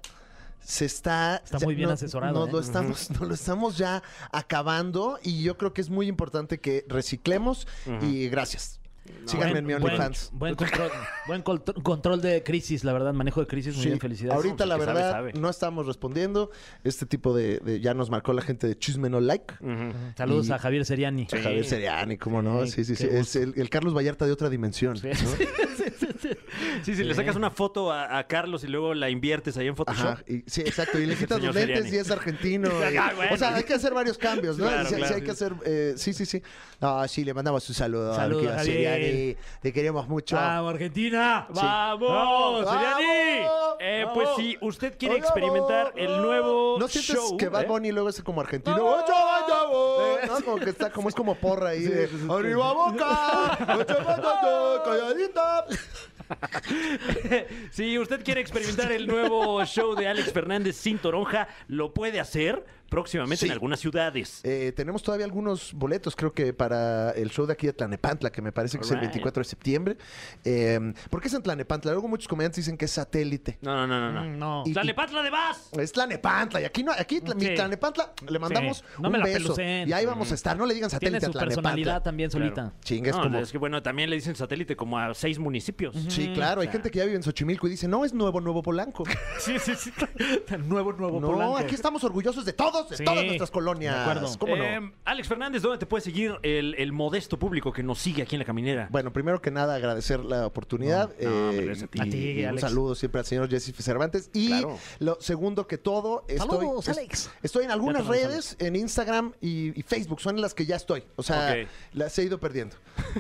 [SPEAKER 6] se está...
[SPEAKER 3] Está
[SPEAKER 6] ya
[SPEAKER 3] muy bien
[SPEAKER 6] no-
[SPEAKER 3] asesorado,
[SPEAKER 6] Nos
[SPEAKER 3] ¿eh?
[SPEAKER 6] lo, estamos, nos lo estamos ya acabando y yo creo que es muy importante que reciclemos y gracias. Síganme en mi
[SPEAKER 3] Buen-
[SPEAKER 6] OnlyFans.
[SPEAKER 3] Buen, control, buen contro- control de crisis, la verdad, manejo de crisis, muy
[SPEAKER 6] Sí,
[SPEAKER 3] bien, felicidades.
[SPEAKER 6] Ahorita, la
[SPEAKER 2] que sabe,
[SPEAKER 6] verdad, mm,
[SPEAKER 2] sabe.
[SPEAKER 6] no estamos respondiendo. Este tipo de, de- Ya nos marcó la gente de Chisme No Like.
[SPEAKER 2] Mm.
[SPEAKER 3] Saludos
[SPEAKER 6] Y-
[SPEAKER 3] a Javier Seriani.
[SPEAKER 6] A Javier Seriani, cómo no. Sí, sí, sí.
[SPEAKER 3] qué
[SPEAKER 6] Es el, el Carlos Vallarta de otra dimensión. ¿no?
[SPEAKER 2] Sí, si le sacas una foto a, a Carlos y luego la inviertes ahí en Photoshop.
[SPEAKER 6] Ajá, y- sí, exacto. Y
[SPEAKER 2] [laughs]
[SPEAKER 6] le
[SPEAKER 2] Es el
[SPEAKER 6] quitas los
[SPEAKER 2] señor
[SPEAKER 6] lentes
[SPEAKER 2] Seriani.
[SPEAKER 6] y
[SPEAKER 2] [laughs]
[SPEAKER 6] es argentino. y-
[SPEAKER 2] Ah, bueno.
[SPEAKER 6] O sea, hay que hacer varios cambios, ¿no?
[SPEAKER 2] Claro,
[SPEAKER 6] sí, sí,
[SPEAKER 2] claro,
[SPEAKER 6] hay
[SPEAKER 2] sí.
[SPEAKER 6] que hacer. eh, sí, sí, sí. Ah, sí, le mandamos un saludo a
[SPEAKER 3] Saludos,
[SPEAKER 6] Arquíbal
[SPEAKER 3] Javier.
[SPEAKER 6] Seriani. Te queremos mucho.
[SPEAKER 2] Ah,
[SPEAKER 3] ¡Vamos, Argentina!
[SPEAKER 2] ¡Vamos,
[SPEAKER 6] ¡Vamos!
[SPEAKER 2] Seriani! Eh,
[SPEAKER 6] ¡Vamos!
[SPEAKER 2] pues si usted quiere
[SPEAKER 6] ¡Vamos!
[SPEAKER 2] experimentar el nuevo
[SPEAKER 6] Oh, ¿No sientes
[SPEAKER 2] show,
[SPEAKER 6] que Bad
[SPEAKER 2] ¿eh?
[SPEAKER 6] Bunny luego es como argentino?
[SPEAKER 2] ¡Vamos!
[SPEAKER 6] ¡Ocho, ocho, ocho! ¿No? Como que está, como es como porra ahí de ¡Arriba
[SPEAKER 2] [laughs]
[SPEAKER 6] boca! ¡Ocho, ocho, ocho! ¡Calladita!
[SPEAKER 2] eh, [laughs] Si usted quiere experimentar el
[SPEAKER 6] [laughs]
[SPEAKER 2] nuevo show de Alex Fernández sin toronja, lo puede hacer próximamente
[SPEAKER 6] Sí.
[SPEAKER 2] en algunas ciudades.
[SPEAKER 6] Eh, tenemos todavía algunos boletos, creo que para el show de aquí de Tlanepantla, que me parece que es el
[SPEAKER 2] Alright.
[SPEAKER 6] 24 de septiembre. Eh, ¿Por qué es en Tlanepantla? Luego muchos comediantes dicen que es satélite.
[SPEAKER 2] No, no, no, no. no.
[SPEAKER 3] No.
[SPEAKER 6] mm, Y-
[SPEAKER 2] ¡Tlalepatla de Vas!
[SPEAKER 6] Es Tlanepantla, y aquí no, aquí Tla- mi
[SPEAKER 3] Sí.
[SPEAKER 6] Tlanepantla le mandamos
[SPEAKER 3] No
[SPEAKER 6] un
[SPEAKER 3] me la
[SPEAKER 6] beso.
[SPEAKER 3] pelucen.
[SPEAKER 6] Y ahí vamos a estar, no le digan
[SPEAKER 3] Tiene
[SPEAKER 6] satélite a
[SPEAKER 3] su personalidad
[SPEAKER 6] Tlanepantla.
[SPEAKER 3] también solita.
[SPEAKER 6] Chinga, es
[SPEAKER 2] No,
[SPEAKER 6] como.
[SPEAKER 2] es que bueno, también le dicen satélite como a seis municipios.
[SPEAKER 6] Sí, claro, hay gente que ya vive en Xochimilco y dice, no, es nuevo, nuevo Polanco.
[SPEAKER 3] Sí, sí, sí. nuevo, [laughs] nuevo
[SPEAKER 6] no,
[SPEAKER 3] Polanco.
[SPEAKER 6] aquí estamos orgullosos de todos, de
[SPEAKER 3] Sí,
[SPEAKER 6] todas nuestras
[SPEAKER 3] de
[SPEAKER 6] colonias.
[SPEAKER 3] acuerdo. Em,
[SPEAKER 6] ¿Cómo no?
[SPEAKER 2] Eh, Alex Fernández, ¿dónde te puede seguir el, el modesto público que nos sigue aquí en la caminera?
[SPEAKER 6] Bueno, primero que nada, agradecer la oportunidad.
[SPEAKER 2] No, no,
[SPEAKER 6] eh,
[SPEAKER 2] hombre, gracias a ti.
[SPEAKER 6] y-
[SPEAKER 3] A ti,
[SPEAKER 6] y un
[SPEAKER 3] Alex.
[SPEAKER 6] saludo siempre al señor Jesse Cervantes. Y
[SPEAKER 2] Claro.
[SPEAKER 6] lo segundo que todo, estoy,
[SPEAKER 3] Saludos,
[SPEAKER 6] es-
[SPEAKER 3] Alex.
[SPEAKER 6] estoy en algunas
[SPEAKER 3] Ya te mando
[SPEAKER 6] redes, en Instagram y, y Facebook, son en las que ya estoy. O sea,
[SPEAKER 2] Ok.
[SPEAKER 6] las he
[SPEAKER 2] [laughs]
[SPEAKER 6] ido perdiendo.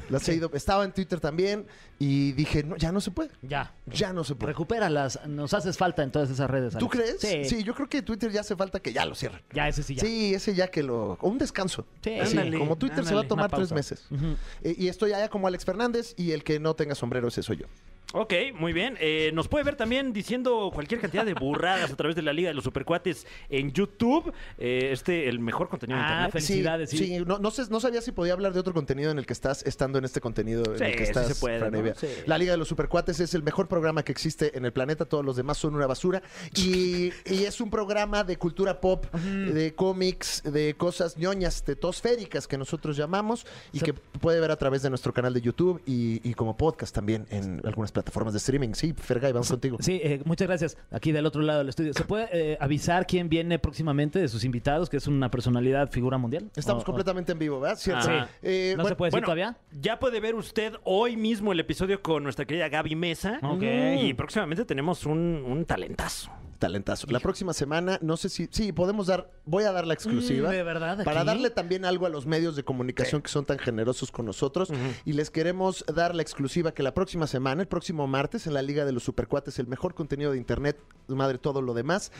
[SPEAKER 6] Las he ido, estaba en Twitter también y dije, no, ya no se puede.
[SPEAKER 3] Ya.
[SPEAKER 6] Ya no se puede.
[SPEAKER 3] Recupéralas. Nos haces falta en todas esas redes.
[SPEAKER 6] ¿Tú
[SPEAKER 3] Alex.
[SPEAKER 6] crees?
[SPEAKER 3] Sí.
[SPEAKER 6] yo creo que Twitter ya hace falta que ya lo cierren.
[SPEAKER 3] Ya, ese sí, ya.
[SPEAKER 6] Sí, ese ya que lo... o Un descanso.
[SPEAKER 3] Sí.
[SPEAKER 6] Así,
[SPEAKER 3] Ándale,
[SPEAKER 6] como Twitter se va a
[SPEAKER 2] ándale,
[SPEAKER 6] tomar
[SPEAKER 2] una
[SPEAKER 6] tres
[SPEAKER 2] pausa.
[SPEAKER 6] meses. Eh, y estoy allá como Alex Fernández y el que no tenga sombrero, ese soy yo.
[SPEAKER 2] Ok, muy bien. Eh, nos puede ver también diciendo cualquier cantidad de burradas a través de la Liga de los Supercuates en YouTube. Eh, este, el mejor contenido de
[SPEAKER 3] Ah,
[SPEAKER 2] internet.
[SPEAKER 3] fe- Felicidades,
[SPEAKER 6] sí.
[SPEAKER 3] sí.
[SPEAKER 6] no, no, sé- no sabía si podía hablar de otro contenido en el que estás, estando en este contenido en
[SPEAKER 2] Sí,
[SPEAKER 6] el que
[SPEAKER 2] sí
[SPEAKER 6] estás.
[SPEAKER 2] se puede,
[SPEAKER 6] Fran
[SPEAKER 2] ¿no?
[SPEAKER 6] Evia.
[SPEAKER 2] Sí.
[SPEAKER 6] La Liga de los Supercuates es el mejor programa que existe en el planeta. Todos los demás son una basura. Y, y es un programa de cultura pop, de cómics, de cosas ñoñas, tetosféricas que nosotros llamamos y que puede ver a través de nuestro canal de YouTube y, y como podcast también en algunas plataformas de streaming. Sí, Fergay, vamos contigo.
[SPEAKER 3] Sí, eh, muchas gracias. Aquí del otro lado del estudio. ¿Se puede eh, avisar quién viene próximamente de sus invitados, que es una personalidad, figura mundial?
[SPEAKER 6] Estamos
[SPEAKER 3] O- o-
[SPEAKER 6] completamente en vivo, ¿verdad? Cierto.
[SPEAKER 2] Ajá.
[SPEAKER 6] Eh,
[SPEAKER 3] oh. ¿No
[SPEAKER 6] bueno,
[SPEAKER 3] se puede decir todavía?
[SPEAKER 2] ya puede ver usted hoy mismo el episodio con nuestra querida Gaby Mesa. Mm,
[SPEAKER 3] Ok.
[SPEAKER 2] Y próximamente tenemos un, un talentazo.
[SPEAKER 6] Talentazo. La próxima semana, no sé si. Sí, podemos dar. Voy a dar la exclusiva.
[SPEAKER 3] Mm, ¿de verdad?
[SPEAKER 6] Para
[SPEAKER 3] ¿Aquí?
[SPEAKER 6] darle también algo a los medios de comunicación que son tan generosos con nosotros. Y les queremos dar la exclusiva que la próxima semana, el próximo martes, en la Liga de los Supercuates, el mejor contenido de Internet, madre todo lo demás.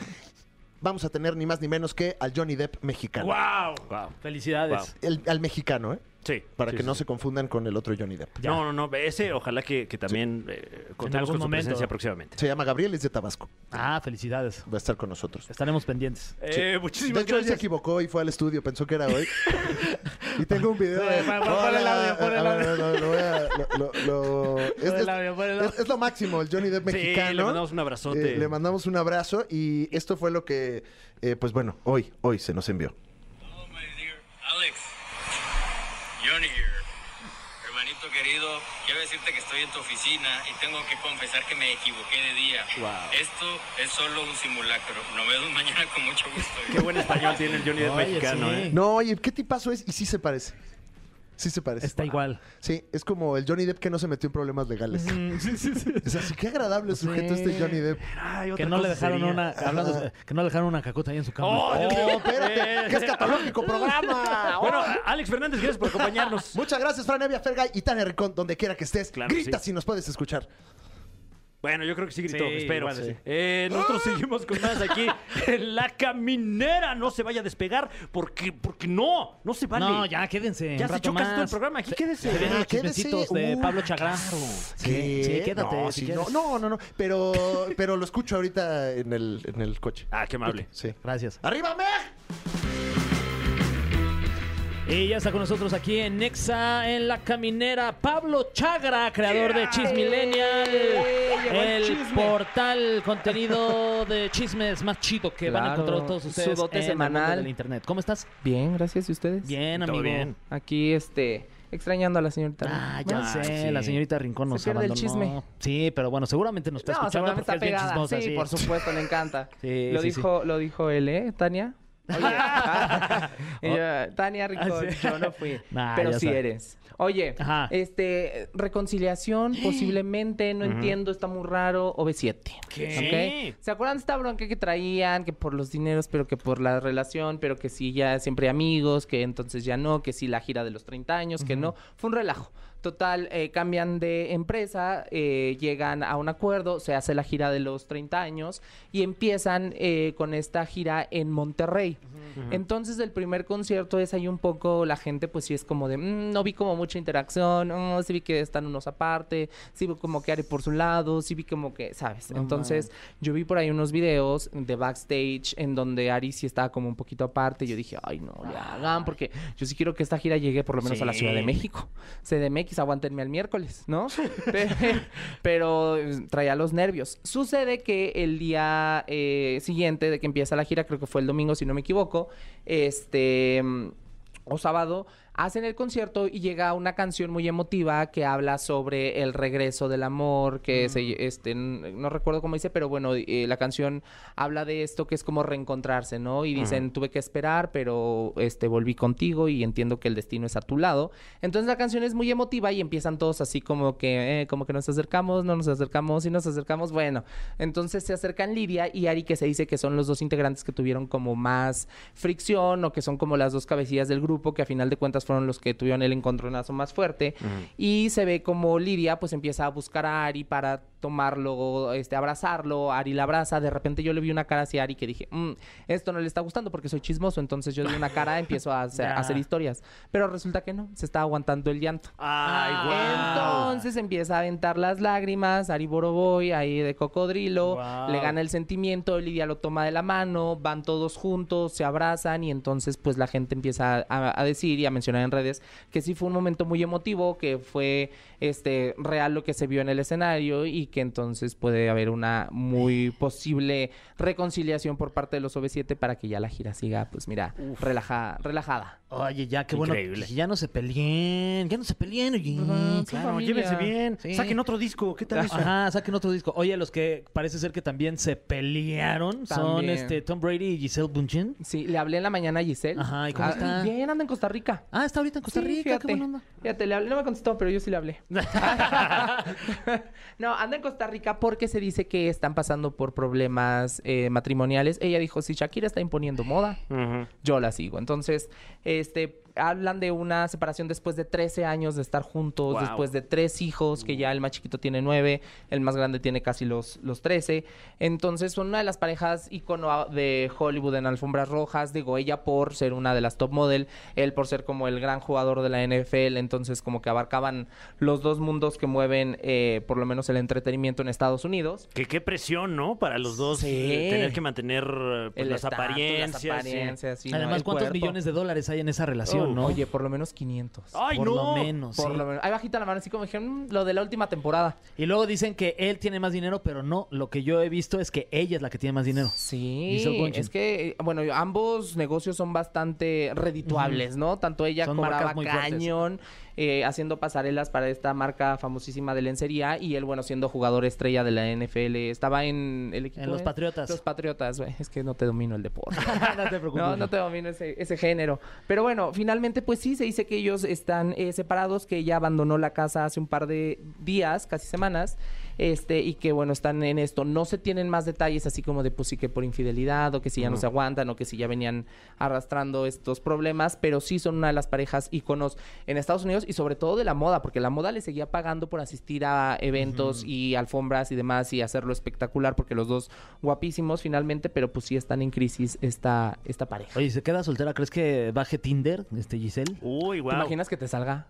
[SPEAKER 6] Vamos a tener ni más ni menos que al Johnny Depp mexicano.
[SPEAKER 2] ¡Wow!
[SPEAKER 3] Felicidades.
[SPEAKER 2] Wow.
[SPEAKER 6] El- al mexicano, ¿eh?
[SPEAKER 2] Sí.
[SPEAKER 6] Para
[SPEAKER 2] sí,
[SPEAKER 6] que
[SPEAKER 2] sí,
[SPEAKER 6] no
[SPEAKER 2] sí.
[SPEAKER 6] se confundan con el otro Johnny Depp.
[SPEAKER 2] No, no, no. Ese, ojalá que, que también eh, contemos
[SPEAKER 3] algún
[SPEAKER 2] con su
[SPEAKER 3] momento.
[SPEAKER 2] presencia próximamente.
[SPEAKER 6] Se llama Gabriel, es de Tabasco.
[SPEAKER 3] Ah, felicidades.
[SPEAKER 6] Va a estar con nosotros.
[SPEAKER 3] Estaremos pendientes.
[SPEAKER 2] Eh,
[SPEAKER 6] de
[SPEAKER 2] muchísimas
[SPEAKER 6] hecho, él se
[SPEAKER 2] gracias.
[SPEAKER 6] equivocó y fue al estudio, pensó que era hoy. y tengo un video. de-
[SPEAKER 3] Eh, pon- pon el audio, pon el
[SPEAKER 6] A ver, no, lo voy a- lo- lo- lo- es-
[SPEAKER 3] el
[SPEAKER 6] es-
[SPEAKER 3] audio, pon el audio.
[SPEAKER 6] es- es lo máximo, el Johnny Depp
[SPEAKER 2] Sí,
[SPEAKER 6] mexicano.
[SPEAKER 2] le mandamos un abrazote.
[SPEAKER 6] Eh, le mandamos un abrazo y esto fue lo que, eh, pues bueno, hoy, hoy se nos envió.
[SPEAKER 7] Hello, my dear Alex. Johnny here. Hermanito querido, quiero decirte que estoy en tu oficina y tengo que confesar que me equivoqué de día. Esto es solo un simulacro. Nos vemos mañana con mucho gusto.
[SPEAKER 2] Qué buen español tiene el Johnny Depp
[SPEAKER 3] Oye,
[SPEAKER 2] mexicano,
[SPEAKER 3] sí.
[SPEAKER 2] ¿eh?
[SPEAKER 6] No, oye, ¿qué tipazo es? Y sí se parece. Sí se parece.
[SPEAKER 3] Está [laughs] igual.
[SPEAKER 6] Sí, es como el Johnny Depp que no se metió en problemas legales. Es así, qué agradable sujeto
[SPEAKER 3] Sí.
[SPEAKER 6] este Johnny Depp.
[SPEAKER 2] Ay,
[SPEAKER 3] Que
[SPEAKER 2] otra
[SPEAKER 3] no le
[SPEAKER 2] cosa
[SPEAKER 3] dejaron
[SPEAKER 2] sería.
[SPEAKER 3] una. hablando
[SPEAKER 6] Ah.
[SPEAKER 3] de- que no le dejaron una cacota ahí en su cama.
[SPEAKER 2] Oh,
[SPEAKER 6] Oh,
[SPEAKER 2] Dios mío.
[SPEAKER 6] [laughs] espérate, qué
[SPEAKER 2] [laughs]
[SPEAKER 6] escatológico programa. Oh.
[SPEAKER 2] Bueno, Alex Fernández, gracias por acompañarnos.
[SPEAKER 6] Muchas gracias, Fran Evia Fergay y Tania Rincón, donde quiera que estés.
[SPEAKER 2] Claro que
[SPEAKER 6] Grita
[SPEAKER 2] sí.
[SPEAKER 6] si nos puedes escuchar.
[SPEAKER 2] Bueno, yo creo que sí gritó,
[SPEAKER 3] Sí,
[SPEAKER 2] espero.
[SPEAKER 3] igual, sí.
[SPEAKER 2] Eh, nosotros
[SPEAKER 6] ¡Ah!
[SPEAKER 2] seguimos con más aquí en La Caminera. No se vaya a despegar porque, porque no, no se vale.
[SPEAKER 3] No, ya quédense.
[SPEAKER 2] Ya
[SPEAKER 3] un
[SPEAKER 2] se
[SPEAKER 3] rato
[SPEAKER 2] echó casi todo el
[SPEAKER 3] más.
[SPEAKER 2] programa. Aquí quédese.
[SPEAKER 3] Se
[SPEAKER 8] Eh,
[SPEAKER 3] vienen los
[SPEAKER 6] Ah, quédese.
[SPEAKER 3] chismecitos de
[SPEAKER 6] Uh,
[SPEAKER 3] Pablo Chagrán. Sí,
[SPEAKER 6] ¿Qué?
[SPEAKER 3] sí, quédate.
[SPEAKER 6] No,
[SPEAKER 3] si
[SPEAKER 6] sí, no,
[SPEAKER 3] quieres.
[SPEAKER 6] no, no, no. Pero, pero lo escucho ahorita en el, en el coche.
[SPEAKER 2] Ah, qué amable.
[SPEAKER 6] Sí.
[SPEAKER 3] Gracias.
[SPEAKER 6] ¡Arriba, Meg!
[SPEAKER 3] Y ya está con nosotros aquí en Nexa, en la caminera, Pablo Chagra, creador de Cheese Millennial,
[SPEAKER 8] llegó el
[SPEAKER 3] el
[SPEAKER 8] chisme.
[SPEAKER 3] portal contenido de chismes más chido que van a
[SPEAKER 8] Claro,
[SPEAKER 3] encontrar todos ustedes
[SPEAKER 8] su dote
[SPEAKER 3] en el mundo
[SPEAKER 8] semanal.
[SPEAKER 3] del internet. ¿Cómo estás?
[SPEAKER 8] Bien, gracias. ¿Y ustedes?
[SPEAKER 3] Bien,
[SPEAKER 2] Todo
[SPEAKER 3] amigo.
[SPEAKER 2] bien.
[SPEAKER 8] Aquí, este, extrañando a la señorita.
[SPEAKER 3] Ah,
[SPEAKER 8] Bueno,
[SPEAKER 3] ya
[SPEAKER 2] Ah,
[SPEAKER 3] sé,
[SPEAKER 2] sí.
[SPEAKER 3] la señorita Rincón
[SPEAKER 8] Se
[SPEAKER 3] nos
[SPEAKER 8] pierde el
[SPEAKER 3] abandonó.
[SPEAKER 8] chisme.
[SPEAKER 3] Sí, pero bueno, seguramente nos está
[SPEAKER 8] no,
[SPEAKER 3] escuchando
[SPEAKER 8] seguramente
[SPEAKER 3] porque
[SPEAKER 8] está
[SPEAKER 3] es bien
[SPEAKER 8] pegada.
[SPEAKER 3] chismosa.
[SPEAKER 8] sí,
[SPEAKER 3] sí.
[SPEAKER 8] por supuesto, le encanta.
[SPEAKER 3] [laughs] Sí,
[SPEAKER 8] lo
[SPEAKER 3] sí, sí.
[SPEAKER 8] dijo, lo dijo él, ¿eh, Tania? Oye, ah, [laughs] ella, Tania Rincón,
[SPEAKER 3] Ah, sí.
[SPEAKER 8] yo no fui,
[SPEAKER 3] [laughs] Nah,
[SPEAKER 8] pero
[SPEAKER 3] ya
[SPEAKER 8] sí
[SPEAKER 3] sabe.
[SPEAKER 8] eres. Oye,
[SPEAKER 3] Ajá.
[SPEAKER 8] este
[SPEAKER 3] [gasps]
[SPEAKER 8] reconciliación posiblemente, no entiendo, está muy raro, OV7.
[SPEAKER 2] ¿Qué?
[SPEAKER 8] ¿ok? ¿Se acuerdan de esta bronca que traían? Que por los dineros, pero que por la relación, pero que sí ya siempre amigos, que entonces ya no, que sí la gira de los 30 años, que no. Fue un relajo. Total, eh, cambian de empresa, eh, llegan a un acuerdo, se hace la gira de los 30 años y empiezan eh, con esta gira en Monterrey. Entonces el primer concierto es ahí un poco la gente pues sí es como de "Mm, no vi como mucha interacción, mm, sí vi que están unos aparte, sí vi como que Ari por su lado, sí vi como que, ¿sabes? Entonces yo vi por ahí unos videos de backstage en donde Ari sí estaba como un poquito aparte y yo dije, ay no, le hagan porque yo sí quiero que esta gira llegue por lo menos a la Ciudad de
[SPEAKER 2] Sí.
[SPEAKER 8] México. CDMX, aguántenme al miércoles, ¿no? [laughs] Pe- Pero, eh, traía los nervios. Sucede que el día eh, siguiente de que empieza la gira, creo que fue el domingo, si no me equivoco, este. mm, O sábado, hacen el concierto y llega una canción muy emotiva que habla sobre el regreso del amor, que se, este, n- no recuerdo cómo dice, pero bueno, eh, la canción habla de esto que es como reencontrarse, ¿no? Y dicen, tuve que esperar, pero este, volví contigo y entiendo que el destino es a tu lado. Entonces la canción es muy emotiva y empiezan todos así como que, eh, como que nos acercamos, no nos acercamos y nos acercamos. Bueno, entonces se acercan Lidia y Ari, que se dice que son los dos integrantes que tuvieron como más fricción o que son como las dos cabecillas del grupo, que a final de cuentas fueron los que tuvieron el encontronazo más fuerte. Y se ve como Lidia pues empieza a buscar a Ari para tomarlo, este, abrazarlo, Ari la abraza, de repente yo le vi una cara hacia Ari que dije, "Mm, esto no le está gustando porque soy chismoso, entonces yo de una cara empiezo a hacer, a hacer historias, pero resulta que no, se está aguantando el llanto.
[SPEAKER 3] Ah,
[SPEAKER 2] Ay, guau.
[SPEAKER 8] Ah. Entonces empieza a aventar las lágrimas, Ari Boroboy ahí de cocodrilo,
[SPEAKER 3] Guau.
[SPEAKER 8] le gana el sentimiento, Lidia lo toma de la mano, van todos juntos, se abrazan y entonces pues la gente empieza a, a decir y a mencionar en redes que sí fue un momento muy emotivo, que fue este real lo que se vio en el escenario y que entonces puede haber una muy posible reconciliación por parte de los OV7 para que ya la gira siga pues mira, relaja- relajada.
[SPEAKER 3] Oye, ya, qué bueno.
[SPEAKER 2] Increíble.
[SPEAKER 3] que Ya no se peleen, ya no se peleen, oye.
[SPEAKER 2] Claro, llévense bien.
[SPEAKER 3] Sí. Ah,
[SPEAKER 2] Saquen otro disco. ¿Qué tal eso?
[SPEAKER 3] Ajá, saquen otro disco. Oye, los que parece ser que también se pelearon son
[SPEAKER 8] También.
[SPEAKER 3] este Tom Brady y Giselle Bunchen.
[SPEAKER 8] Sí, le hablé en la mañana a Giselle.
[SPEAKER 3] Ajá, ¿y cómo está?
[SPEAKER 8] Bien, anda en Costa Rica.
[SPEAKER 3] Ah, está ahorita en Costa
[SPEAKER 8] Sí,
[SPEAKER 3] Rica,
[SPEAKER 8] fíjate.
[SPEAKER 3] qué buena onda.
[SPEAKER 8] Fíjate, le hablé- no me contestó, pero yo sí le
[SPEAKER 3] [laughs]
[SPEAKER 8] hablé. no, anda en Costa Rica porque se dice que están pasando por problemas eh, matrimoniales. Ella dijo, si Shakira está imponiendo moda,
[SPEAKER 2] Ujú.
[SPEAKER 8] yo la sigo. Entonces, este, hablan de una separación después de 13 años de estar juntos,
[SPEAKER 2] Wow.
[SPEAKER 8] después de tres hijos, que ya el más chiquito tiene nueve, el más grande tiene casi los, los 13. Entonces, son una de las parejas icono de Hollywood en alfombras rojas. Digo, ella por ser una de las top model, él por ser como el gran jugador de la NFL. Entonces, como que abarcaban los dos mundos que mueven, eh, por lo menos, el entretenimiento en Estados Unidos.
[SPEAKER 2] Que qué presión, ¿no? Para los dos
[SPEAKER 8] Sí.
[SPEAKER 2] eh, tener que mantener eh, pues,
[SPEAKER 8] El
[SPEAKER 2] las,
[SPEAKER 8] estatus,
[SPEAKER 2] apariencias, sí.
[SPEAKER 8] Las apariencias sí, ¿no?
[SPEAKER 3] Además,
[SPEAKER 8] El
[SPEAKER 3] ¿cuántos
[SPEAKER 8] cuerpo.
[SPEAKER 3] millones de dólares hay en esa relación,
[SPEAKER 2] Uh,
[SPEAKER 3] no?
[SPEAKER 8] Oye, por lo menos 500.
[SPEAKER 2] Ay,
[SPEAKER 3] por
[SPEAKER 2] no.
[SPEAKER 3] lo menos.
[SPEAKER 8] Por
[SPEAKER 3] sí.
[SPEAKER 8] lo menos. Ahí bajita la mano, así como dijeron, "Mm, lo de la última temporada.
[SPEAKER 3] Y luego dicen que él tiene más dinero, pero no. Lo que yo he visto es que ella es la que tiene más dinero.
[SPEAKER 8] Sí,
[SPEAKER 3] Giselle Bundchen.
[SPEAKER 8] es que, eh, bueno, ambos negocios son bastante redituables, ¿no? Tanto ella
[SPEAKER 3] Son
[SPEAKER 8] cobraba
[SPEAKER 3] marcas muy fuertes.
[SPEAKER 8] cañón eh, haciendo pasarelas para esta marca famosísima de lencería y él, bueno, siendo jugador estrella de la NFL. Estaba en el equipo.
[SPEAKER 3] En los
[SPEAKER 8] ¿eh?
[SPEAKER 3] Patriotas.
[SPEAKER 8] Los Patriotas, güey. Es que no te domino el
[SPEAKER 3] [laughs]
[SPEAKER 8] deporte.
[SPEAKER 3] [laughs] no te preocupes.
[SPEAKER 8] No, no te domino ese, ese género. Pero bueno, finalmente, pues sí, se dice que ellos están eh, separados, que ella abandonó la casa hace un par de días, casi semanas, este, y que bueno, están en esto. No se tienen más detalles así como de pues sí que por infidelidad, o que si ya no se aguantan, o que si ya venían arrastrando estos problemas, pero sí son una de las parejas íconos en Estados Unidos y sobre todo de la moda, porque la moda le seguía pagando por asistir a eventos y alfombras y demás y hacerlo espectacular, porque los dos guapísimos finalmente, pero pues sí están en crisis esta, esta pareja.
[SPEAKER 3] Oye, ¿se queda soltera? ¿Crees que baje Tinder, este Giselle?
[SPEAKER 2] Uy,
[SPEAKER 8] ¿Te
[SPEAKER 2] guau.
[SPEAKER 8] imaginas que te salga?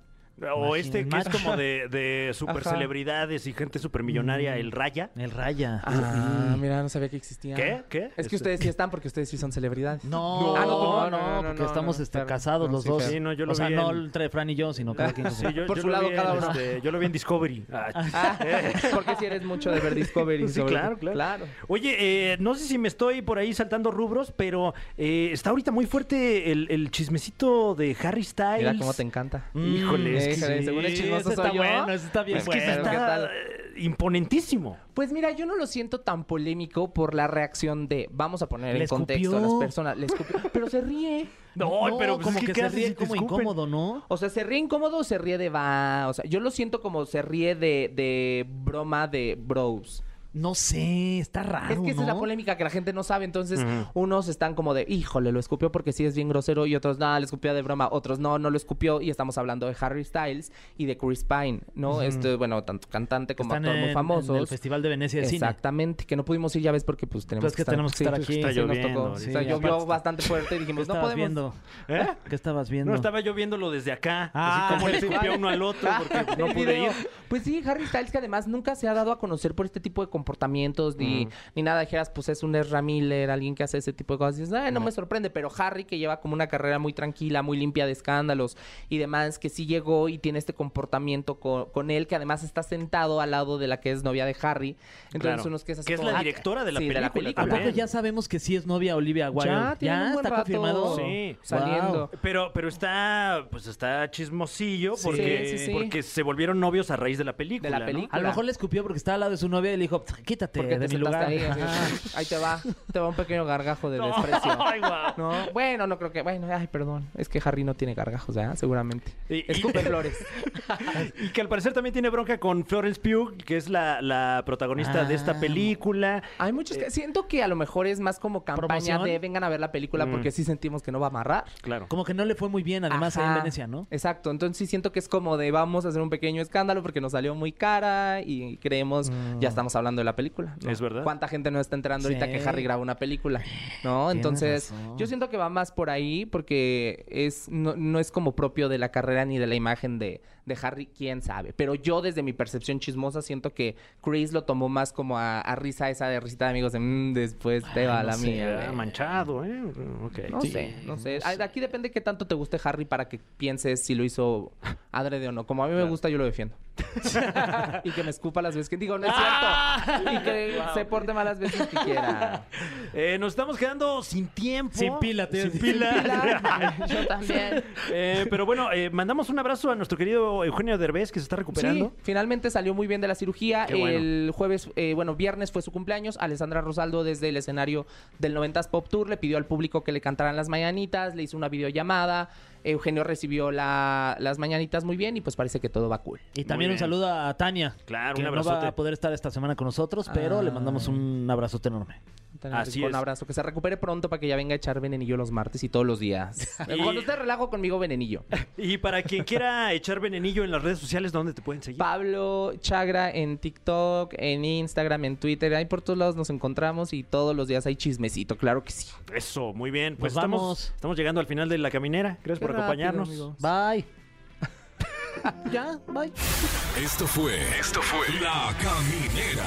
[SPEAKER 2] O este que es
[SPEAKER 3] Imagínate.
[SPEAKER 2] como de, de super
[SPEAKER 8] Ajá.
[SPEAKER 2] celebridades y gente supermillonaria,
[SPEAKER 3] Mm.
[SPEAKER 2] el Raya.
[SPEAKER 3] El Raya.
[SPEAKER 8] Ah, mira, no sabía que existía.
[SPEAKER 2] ¿Qué? ¿Qué?
[SPEAKER 8] Es que ustedes sí están porque ustedes sí son celebridades.
[SPEAKER 3] No,
[SPEAKER 8] Ah, no, tú
[SPEAKER 3] no,
[SPEAKER 8] no, no, no,
[SPEAKER 3] porque
[SPEAKER 8] no,
[SPEAKER 3] estamos
[SPEAKER 8] no,
[SPEAKER 3] este,
[SPEAKER 8] claro.
[SPEAKER 3] casados
[SPEAKER 8] No,
[SPEAKER 3] los
[SPEAKER 8] sí,
[SPEAKER 3] dos.
[SPEAKER 8] claro.
[SPEAKER 2] Sí, no, yo lo
[SPEAKER 3] o sea,
[SPEAKER 2] vi
[SPEAKER 3] no
[SPEAKER 2] en-
[SPEAKER 3] entre Fran y yo, sino cada [laughs] quien.
[SPEAKER 2] Sí, yo,
[SPEAKER 8] Por
[SPEAKER 2] yo
[SPEAKER 8] su
[SPEAKER 2] lo
[SPEAKER 8] lado
[SPEAKER 2] vi en,
[SPEAKER 8] cada uno.
[SPEAKER 2] este, yo lo vi en Discovery. Ah,
[SPEAKER 8] Ah, [laughs] porque si eres mucho de ver Discovery.
[SPEAKER 2] Sí,
[SPEAKER 8] sobre-
[SPEAKER 2] claro, claro. Oye, eh, no sé si me estoy por ahí saltando rubros, pero eh, está ahorita muy fuerte el, el chismecito de Harry Styles.
[SPEAKER 8] Mira cómo te encanta.
[SPEAKER 2] Híjole,
[SPEAKER 8] Mm, Híjole, según el chismoso
[SPEAKER 3] ese está
[SPEAKER 8] soy yo.
[SPEAKER 3] bueno, ese está bien
[SPEAKER 8] Es que
[SPEAKER 3] bueno.
[SPEAKER 8] se
[SPEAKER 2] Está
[SPEAKER 8] ¿qué tal?
[SPEAKER 2] eh, imponentísimo.
[SPEAKER 8] Pues mira, yo no lo siento tan polémico por la reacción de, vamos a poner
[SPEAKER 3] Le
[SPEAKER 8] en contexto a las
[SPEAKER 3] escupió.
[SPEAKER 8] personas, le escupió, pero se ríe.
[SPEAKER 2] No, pero pues,
[SPEAKER 3] como
[SPEAKER 2] es que
[SPEAKER 3] que
[SPEAKER 2] ¿qué
[SPEAKER 3] se
[SPEAKER 2] haces si
[SPEAKER 3] ríe
[SPEAKER 2] te
[SPEAKER 3] como
[SPEAKER 2] escupen?
[SPEAKER 3] incómodo, ¿no?
[SPEAKER 8] O sea, se ríe incómodo o se ríe de va. O sea, yo lo siento como se ríe de, de broma de bros.
[SPEAKER 3] No sé, está raro,
[SPEAKER 8] Es que esa es la
[SPEAKER 3] ¿no?
[SPEAKER 8] polémica que la gente no sabe, entonces unos están como de, híjole, lo escupió porque sí es bien grosero y otros, nada, le escupió de broma, otros no, no lo escupió y estamos hablando de Harry Styles y de Chris Pine, ¿no? Este, bueno, tanto cantante como
[SPEAKER 3] Están
[SPEAKER 8] actor
[SPEAKER 3] en-
[SPEAKER 8] muy famosos.
[SPEAKER 3] en el Festival de Venecia de Cine.
[SPEAKER 8] Exactamente, que no pudimos ir, ya ves, porque pues tenemos
[SPEAKER 3] Pues que tenemos que estar
[SPEAKER 8] pues,
[SPEAKER 3] aquí.
[SPEAKER 8] sí,
[SPEAKER 2] Está
[SPEAKER 8] nos
[SPEAKER 2] lloviendo,
[SPEAKER 8] tocó.
[SPEAKER 2] ahorita.
[SPEAKER 8] O sea,
[SPEAKER 3] Sí,
[SPEAKER 8] llovió
[SPEAKER 3] aparte.
[SPEAKER 8] bastante fuerte y
[SPEAKER 3] ¿Qué
[SPEAKER 8] dijimos, no
[SPEAKER 3] estabas
[SPEAKER 8] podemos.
[SPEAKER 3] viendo?
[SPEAKER 2] ¿Eh?
[SPEAKER 3] ¿Qué estabas viendo?
[SPEAKER 2] No, estaba yo viéndolo desde acá.
[SPEAKER 3] Ah,
[SPEAKER 2] así como le
[SPEAKER 8] sí.
[SPEAKER 2] escupía uno al otro porque no
[SPEAKER 8] El
[SPEAKER 2] pude
[SPEAKER 8] video.
[SPEAKER 2] ir.
[SPEAKER 8] Pues sí, Harry Styles que además nunca se ha dado a conocer por este tipo de comportamientos
[SPEAKER 2] Mm.
[SPEAKER 8] ni, ni nada. Dijeras, pues es un Ezra Miller, alguien que hace ese tipo de cosas. Dices, "Ay, no, me sorprende, pero Harry que lleva como una carrera muy tranquila, muy limpia de escándalos y demás, que sí llegó y tiene este comportamiento co- con, él, que además está sentado al lado de la que es novia de Harry. Entonces
[SPEAKER 2] Claro.
[SPEAKER 8] unos que es así
[SPEAKER 2] Que es
[SPEAKER 8] como-
[SPEAKER 2] la directora de la
[SPEAKER 8] Sí,
[SPEAKER 2] película
[SPEAKER 3] ¿A poco
[SPEAKER 2] Ven.
[SPEAKER 3] ya sabemos que sí es novia Olivia Wilde?
[SPEAKER 8] Ya, tienen un buen
[SPEAKER 3] está
[SPEAKER 8] rato
[SPEAKER 3] confirmado.
[SPEAKER 2] Sí.
[SPEAKER 8] saliendo.
[SPEAKER 2] Pero, pero está, pues está chismosillo
[SPEAKER 3] Sí.
[SPEAKER 2] porque,
[SPEAKER 8] Sí, sí, sí.
[SPEAKER 2] porque se volvieron novios a raíz de la película.
[SPEAKER 8] De
[SPEAKER 2] ¿no?
[SPEAKER 8] la
[SPEAKER 2] [laughs]
[SPEAKER 8] película.
[SPEAKER 3] A lo mejor le escupió porque estaba al lado de su novia y le dijo, quítate
[SPEAKER 8] Porque
[SPEAKER 3] de
[SPEAKER 8] te
[SPEAKER 3] mi
[SPEAKER 8] sentaste
[SPEAKER 3] lugar.
[SPEAKER 8] ahí, así,
[SPEAKER 3] Ajá.
[SPEAKER 8] ahí te va, te va un pequeño gargajo de desprecio.
[SPEAKER 2] [laughs] Ay, guau.
[SPEAKER 8] No, bueno, no creo que. Bueno, ay, perdón. Es que Harry no tiene gargajos, ¿verdad? Seguramente.
[SPEAKER 2] Y- y-
[SPEAKER 8] Escupe flores.
[SPEAKER 2] [laughs] Y que al parecer también tiene bronca con Florence Pugh, que es la, la protagonista de esta
[SPEAKER 3] Ah.
[SPEAKER 2] película.
[SPEAKER 8] Hay muchos que. Siento que a lo mejor es más como campaña
[SPEAKER 3] ¿Promoción?
[SPEAKER 8] de vengan a ver la película porque sí sentimos que no va a amarrar.
[SPEAKER 2] Claro.
[SPEAKER 3] Como que no le fue muy bien, además, ahí
[SPEAKER 8] Ajá.
[SPEAKER 3] en Venecia, ¿no?
[SPEAKER 8] Exacto. Entonces sí siento que es como de vamos a hacer un pequeño escándalo porque nos salió muy cara y creemos,
[SPEAKER 3] Mm.
[SPEAKER 8] ya estamos hablando de la película. ¿no?
[SPEAKER 2] Es verdad.
[SPEAKER 8] ¿Cuánta gente no está enterando ahorita que
[SPEAKER 3] Sí.
[SPEAKER 8] Harry graba una película? ¿No?
[SPEAKER 3] Tienes
[SPEAKER 8] Entonces,
[SPEAKER 3] razón.
[SPEAKER 8] yo siento que va más por ahí porque es, no, no es como propio de la carrera ni de la imagen de, de Harry, quién sabe. Pero yo, desde mi percepción chismosa, siento que Chris lo tomó más como a, a risa esa de risita de amigos de "Mm, después te va
[SPEAKER 3] no
[SPEAKER 8] la
[SPEAKER 3] sé,
[SPEAKER 8] mía.
[SPEAKER 2] Ah, manchado, ¿eh? Ok.
[SPEAKER 8] No
[SPEAKER 2] Sí.
[SPEAKER 8] sé, no sé. A- Aquí depende qué tanto te guste Harry para que pienses si lo hizo [laughs] adrede o no. Como a mí me gusta, yo lo defiendo. y que me escupa las veces que digo, no es cierto. y que se porte malas veces que quiera.
[SPEAKER 2] Eh, nos estamos quedando sin tiempo.
[SPEAKER 3] Sin pila, te iba a
[SPEAKER 2] Sin
[SPEAKER 3] decir.
[SPEAKER 2] pila.
[SPEAKER 8] Pilar, yo también.
[SPEAKER 2] Eh, pero bueno, eh, mandamos un abrazo a nuestro querido Eugenio Derbez, que se está recuperando.
[SPEAKER 8] Sí, finalmente salió muy bien de la cirugía.
[SPEAKER 2] Qué bueno.
[SPEAKER 8] El jueves, eh, bueno, viernes fue su cumpleaños. Alessandra Rosaldo desde el escenario del 90s Pop Tour le pidió al público que le cantaran las mañanitas, le hizo una videollamada. Eugenio recibió la- las mañanitas muy bien y pues parece que todo va cool.
[SPEAKER 3] Y también un
[SPEAKER 2] bien.
[SPEAKER 3] saludo a Tania.
[SPEAKER 2] Claro,
[SPEAKER 3] que
[SPEAKER 2] un
[SPEAKER 3] no va
[SPEAKER 2] abrazote.
[SPEAKER 3] a poder estar esta semana con nosotros, pero
[SPEAKER 8] Ah.
[SPEAKER 3] le mandamos un abrazote enorme.
[SPEAKER 2] Así
[SPEAKER 8] un
[SPEAKER 2] es.
[SPEAKER 8] abrazo. Que se recupere pronto para que ya venga a echar venenillo los martes y todos los días.
[SPEAKER 2] Y-
[SPEAKER 8] Cuando usted relajo conmigo, venenillo.
[SPEAKER 2] Y para quien quiera [laughs] echar venenillo en las redes sociales, ¿dónde te pueden seguir?
[SPEAKER 8] Pablo Chagra en TikTok, en Instagram, en Twitter. Ahí por todos lados nos encontramos y todos los días hay chismecito, claro que sí.
[SPEAKER 2] Eso, muy bien. Pues
[SPEAKER 3] Nos
[SPEAKER 2] estamos,
[SPEAKER 3] vamos.
[SPEAKER 2] estamos llegando al final de la caminera. Gracias por acompañarnos.
[SPEAKER 3] Bye. ya, bye.
[SPEAKER 1] Esto fue. Esto fue. La Caminera.